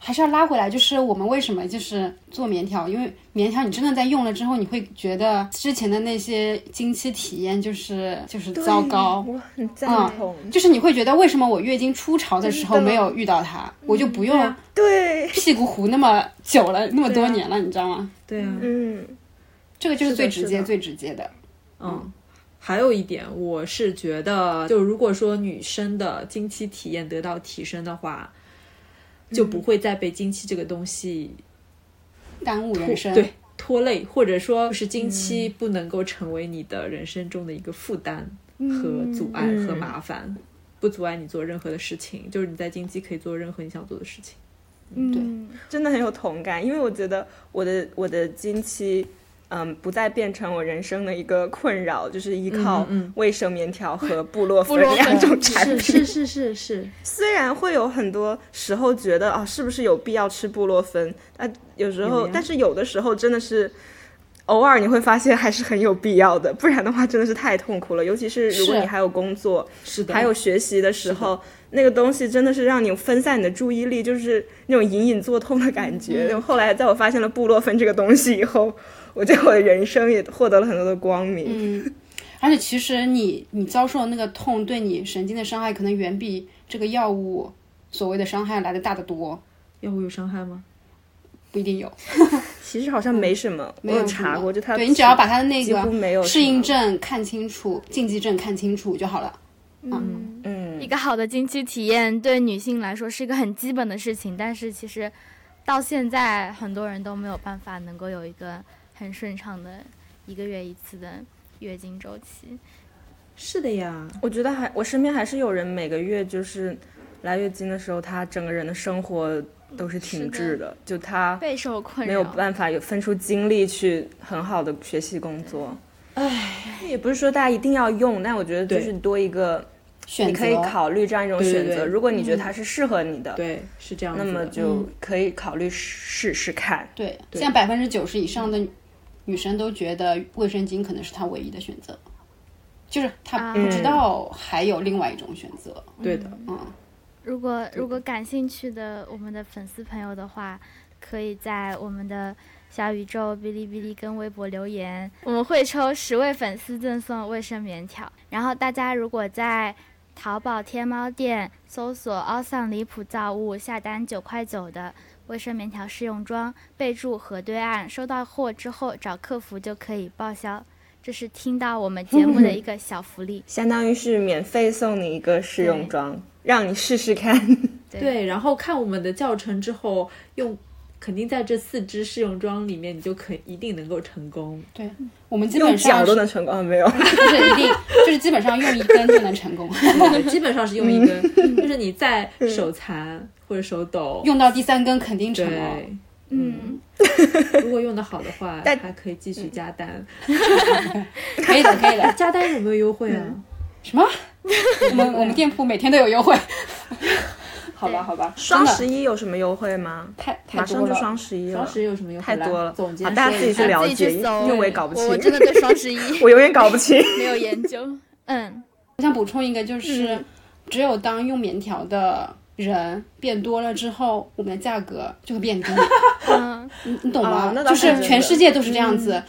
Speaker 5: 还是要拉回来，就是我们为什么就是做棉条，因为棉条你真的在用了之后，你会觉得之前的那些经期体验就是就是
Speaker 3: 对
Speaker 5: 糟糕。
Speaker 3: 嗯
Speaker 5: 嗯
Speaker 3: 我很赞同。
Speaker 5: 就是你会觉得为什么我月经初潮的时候
Speaker 3: 真的
Speaker 5: 没有遇
Speaker 4: 嗯
Speaker 5: 到它，我就不用
Speaker 3: 对，
Speaker 5: 屁股糊那么久了，那么多年了，你知道吗？
Speaker 4: 啊对啊，
Speaker 3: 嗯，
Speaker 5: 这个就
Speaker 4: 是的
Speaker 5: 是最直
Speaker 4: 是
Speaker 5: 接、
Speaker 4: 的
Speaker 5: 最直接的。
Speaker 4: 嗯。还有一点，我是觉得，就如果说女生的经期体验得到提升的话，就不会再被经期这个东西
Speaker 5: 耽误人生，
Speaker 4: 对嗯拖累，或者说就是经期不能够成为你的人生中的一个负担和阻碍
Speaker 3: 嗯
Speaker 4: 和麻烦，不阻碍你做任何的事情，就是你在经期可以做任何你想做的事情。
Speaker 2: 嗯，
Speaker 3: 真的很有同感，因为我觉得我的我的经期，嗯，不再变成我人生的一个困扰，就是依靠
Speaker 4: 嗯嗯
Speaker 3: 卫生棉条和布洛芬
Speaker 2: 布洛芬
Speaker 3: 两种产品。
Speaker 4: 是是是，
Speaker 3: 虽然会有很多时候觉得啊，是不是有必要吃布洛芬？啊，有时
Speaker 4: 有
Speaker 3: 候，
Speaker 4: 呀
Speaker 3: 但是有的时候真的是。偶尔你会发现还是很有必要的，不然的话真的是太痛苦了。尤其是如果
Speaker 5: 是
Speaker 3: 你还有工作，
Speaker 4: 是的，
Speaker 3: 还有学习的时候，那个东西真的是让你分散你的注意力，就是那种隐隐作痛的感
Speaker 5: 嗯
Speaker 3: 觉。然后后来在我发现了布洛芬这个东西以后，我觉得我的人生也获得了很多的光明。
Speaker 5: 嗯，而且其实你你遭受的那个痛，对你神经的伤害可能远比这个药物所谓的伤害来的大得多，
Speaker 4: 药物有伤害吗？
Speaker 5: 不一定有。
Speaker 3: 其实好像没什么，
Speaker 5: 嗯没
Speaker 3: 我
Speaker 5: 有
Speaker 3: 有
Speaker 5: 什
Speaker 3: 查
Speaker 5: 么
Speaker 3: 过，就它
Speaker 5: 对你只要把他的那
Speaker 3: 几乎
Speaker 5: 个
Speaker 3: 没有
Speaker 5: 适应
Speaker 3: 什么
Speaker 5: 症看清楚，禁忌症看清楚就好了。
Speaker 2: 嗯，一
Speaker 3: 嗯，
Speaker 2: 个好的经期体验对女性来说是一个很基本的事情，但是其实到现在很多人都没有办法能够有一个很顺畅的一个月一次的月经周期。
Speaker 4: 是的呀，
Speaker 3: 我觉得还我身边还是有人每个月就是来月经的时候，他整个人的生活都是停滞
Speaker 2: 是
Speaker 3: 的，就他
Speaker 2: 备受困
Speaker 3: 没
Speaker 2: 扰
Speaker 3: 有，办法有分出精力去很好的学习工作。唉，也不是说大家一定要用，但我觉得就
Speaker 4: 对
Speaker 3: 是多一个，
Speaker 5: 选
Speaker 3: 你
Speaker 5: 择
Speaker 3: 可以考虑这样一种
Speaker 4: 对对
Speaker 3: 选择。
Speaker 4: 对
Speaker 3: 如果你
Speaker 5: 嗯
Speaker 3: 觉得它是适合你的，
Speaker 4: 对，是这样子
Speaker 3: 那么
Speaker 4: 的。嗯
Speaker 3: 就可以考虑试试看。
Speaker 5: 对，像百分之九十以上的女女生都觉得卫生巾可能是她唯一的选择，就是
Speaker 3: 啊
Speaker 5: 她不
Speaker 3: 嗯
Speaker 5: 知道还有另外一种选择。
Speaker 4: 对的，
Speaker 2: 如果如果感兴趣的我们的粉丝朋友的话，可以在我们的小宇宙、哔哩哔哩跟微博留言，我们会抽十位粉丝赠送卫生棉条。然后大家如果在淘宝、天猫店搜索“奥桑离谱造物”，下单九块九的卫生棉条试用装，备注“河对岸”，收到货之后找客服就可以报销。这是听到我们节目的一个小福利。
Speaker 3: 相当于是免费送你一个试用装，让你试试看。
Speaker 4: 对，然后看我们的教程之后，用肯定在这四支试用装里面，你就可一定能够成 功。
Speaker 5: 对我们基
Speaker 3: 用
Speaker 5: 本上
Speaker 3: 脚都
Speaker 5: 是
Speaker 3: 能成功啊？ 没有，
Speaker 5: 就是一定就是基本上用一根就能成功，
Speaker 4: 对基本上是用一 根，就是你在手残或者手抖，
Speaker 5: 用到第三根肯定成了。
Speaker 4: 对，
Speaker 2: 嗯，
Speaker 4: 如果用的好的话，
Speaker 3: 但
Speaker 4: 还可以继续加单。
Speaker 5: 可以的，可以的。
Speaker 4: 加单有没有优惠啊？
Speaker 5: 什么？我们我们店铺每天都有优惠。好吧，好吧，
Speaker 3: 双
Speaker 5: 真的
Speaker 3: 十一有什么优惠吗？
Speaker 5: 太太
Speaker 3: 马
Speaker 5: 多
Speaker 3: 上就
Speaker 5: 了。
Speaker 3: 双十一了，
Speaker 4: 双十一有什么优惠？
Speaker 3: 太多了，
Speaker 4: 来总监
Speaker 3: 好，大家
Speaker 4: 说
Speaker 3: 自己去
Speaker 4: 一下
Speaker 2: 了
Speaker 3: 了
Speaker 2: 自己
Speaker 3: 解，
Speaker 2: 去搜
Speaker 3: 因为我也搞不
Speaker 2: 我
Speaker 3: 清，
Speaker 2: 我真的对双十一
Speaker 3: 我永远搞不清。
Speaker 2: 没有研究。 嗯，
Speaker 5: 我想补充一个，就是、只有当用棉条的人变多了之后，我们的价格就会变低。
Speaker 2: 嗯，
Speaker 5: 你你懂吗
Speaker 3: 啊？那倒
Speaker 5: 就是
Speaker 3: 真
Speaker 5: 是
Speaker 3: 的
Speaker 5: 全世界都是这样子。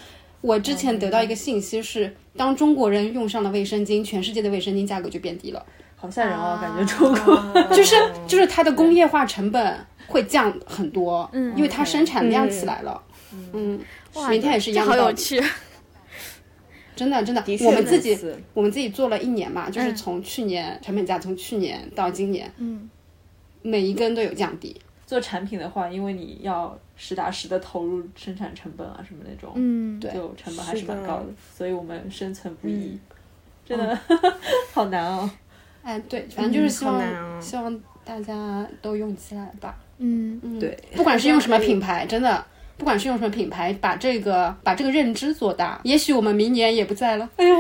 Speaker 5: 我之前得到一个信息是，当中国人用上了卫生巾，全世界的卫生巾价格就变低了。
Speaker 4: 好吓人 哦，感觉中国。
Speaker 5: 就是
Speaker 3: 啊哦
Speaker 5: 就是它的工业化成本会降很多，
Speaker 2: 嗯
Speaker 5: 因为它生产量起来了。嗯，
Speaker 2: 哇
Speaker 5: 棉条也是一样的
Speaker 2: 这好
Speaker 5: 道
Speaker 2: 有
Speaker 5: 理。
Speaker 2: 趣。
Speaker 5: 真的真的
Speaker 3: 的，确
Speaker 5: 我们自
Speaker 3: 如
Speaker 5: 己
Speaker 3: 此
Speaker 5: 我们自己做了一年嘛，就是
Speaker 2: 嗯
Speaker 5: 从去年成本价从去年到今年，
Speaker 2: 嗯，
Speaker 5: 每一根都有降低。
Speaker 4: 做产品的话，因为你要实打实的投入生产成本啊什么那种，
Speaker 2: 嗯，
Speaker 5: 对
Speaker 4: 就成本还是
Speaker 3: 是的
Speaker 4: 蛮高的，所以我们生存不易，真的、 好难哦。
Speaker 5: 哎，对，反正就是希望、
Speaker 3: 好难哦
Speaker 5: 希望大家都用起来吧。
Speaker 2: 嗯，
Speaker 5: 嗯，
Speaker 4: 对，
Speaker 5: 不管是用什么品牌，真的，不管是用什么品牌，把这个把这个认知做大，也许我们明年也不在 了。哎呦，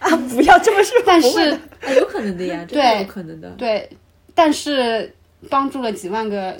Speaker 3: 啊，不要这么说。
Speaker 5: 但是
Speaker 4: 啊，有可能的呀，真的
Speaker 5: 对
Speaker 4: 有可能的。
Speaker 5: 对，但是帮助了几万个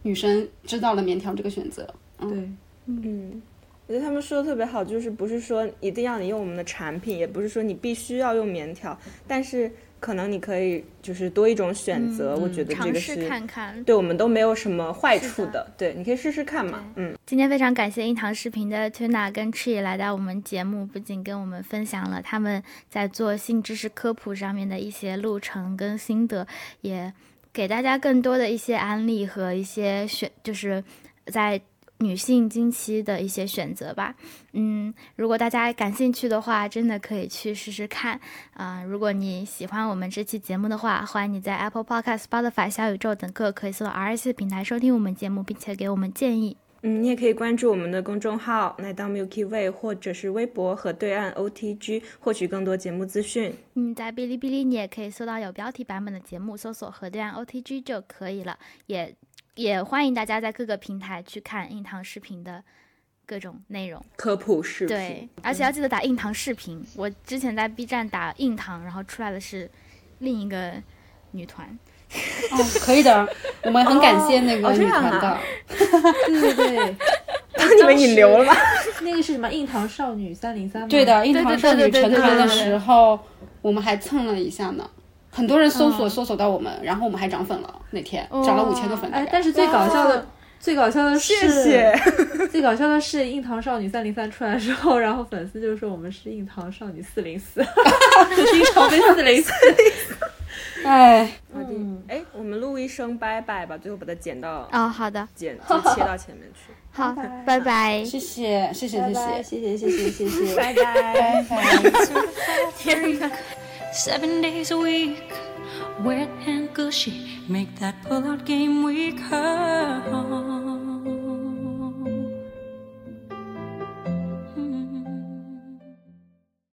Speaker 5: 女生知道了棉条这个 选择。
Speaker 4: 对，
Speaker 3: 嗯，我觉得他们说的特别好，就是不是说一定要你用我们的产品，也不是说你必须要用棉条，但是可能你可以就是多一种选择。我觉得这
Speaker 2: 嗯尝
Speaker 3: 个
Speaker 2: 试
Speaker 3: 是
Speaker 2: 看看。
Speaker 3: 对我们都没有什么坏处
Speaker 2: 是
Speaker 3: 的。对，你可以试试看嘛。嗯，
Speaker 2: 今天非常感谢樱桃视频的 Tuna 跟 Tree 来到我们节目，不仅跟我们分享了他们在做性知识科普上面的一些路程跟心得，也给大家更多的一些案例和一些选，就是在女性经期的一些选择吧。嗯，如果大家感兴趣的话，真的可以去试试看。啊、如果你喜欢我们这期节目的话，欢迎你在 Apple Podcast、Spotify、小宇宙等各可以搜到 RSC 的平台收听我们节目，并且给我们建议。
Speaker 3: 嗯，你也可以关注我们的公众号“奶当 Milky Way” 或者是微博和对岸 OTG，获取更多节目资讯。
Speaker 2: 嗯，在哔哩哔哩你也可以搜到有标题版本的节目，搜索“河对岸 OTG” 就可以了。也也欢迎大家在各个平台去看硬糖视频的各种内容。
Speaker 3: 科普视频，
Speaker 2: 对，而且要记得打硬糖视频。我之前在 B 站打硬糖，然后出来的是另一个女团。
Speaker 5: 哦，可以的，我们很感谢那个
Speaker 3: 哦这
Speaker 5: 女
Speaker 3: 样
Speaker 5: 团
Speaker 3: 啊
Speaker 5: 的。
Speaker 4: 对对对，
Speaker 2: 哎
Speaker 3: 你们引流了吗？
Speaker 4: 那个是什么？硬糖少女三零三吗？
Speaker 5: 对，的，樱
Speaker 2: 对
Speaker 5: 桃
Speaker 2: 对
Speaker 5: 少
Speaker 2: 对
Speaker 5: 女
Speaker 2: 对
Speaker 5: 成
Speaker 2: 对
Speaker 5: 团
Speaker 2: 对
Speaker 5: 的
Speaker 2: 对
Speaker 5: 时候，我们还蹭了一下呢。很多人搜索搜索到我们，然后我们还涨粉了。那天涨了五千个粉，
Speaker 4: 哎，
Speaker 5: 大概
Speaker 4: 但是最搞笑的，最搞笑的是，
Speaker 3: 谢谢。
Speaker 4: 最搞笑的是硬糖少女三零三出来之后，然后粉丝就说我们是硬糖少女四零 四，经常被四零四。
Speaker 5: 哎，
Speaker 3: 好的，哎，我们录一声拜拜吧，最后把它剪到
Speaker 2: 哦，好的，
Speaker 3: 剪就切到前面去。
Speaker 2: 好，拜拜。
Speaker 5: 谢谢谢谢谢
Speaker 4: 谢
Speaker 5: 谢。
Speaker 4: 谢谢谢谢谢。
Speaker 3: 拜拜。
Speaker 1: Seven days a week, wet and gushy, make that pull-out game weaker. Mm.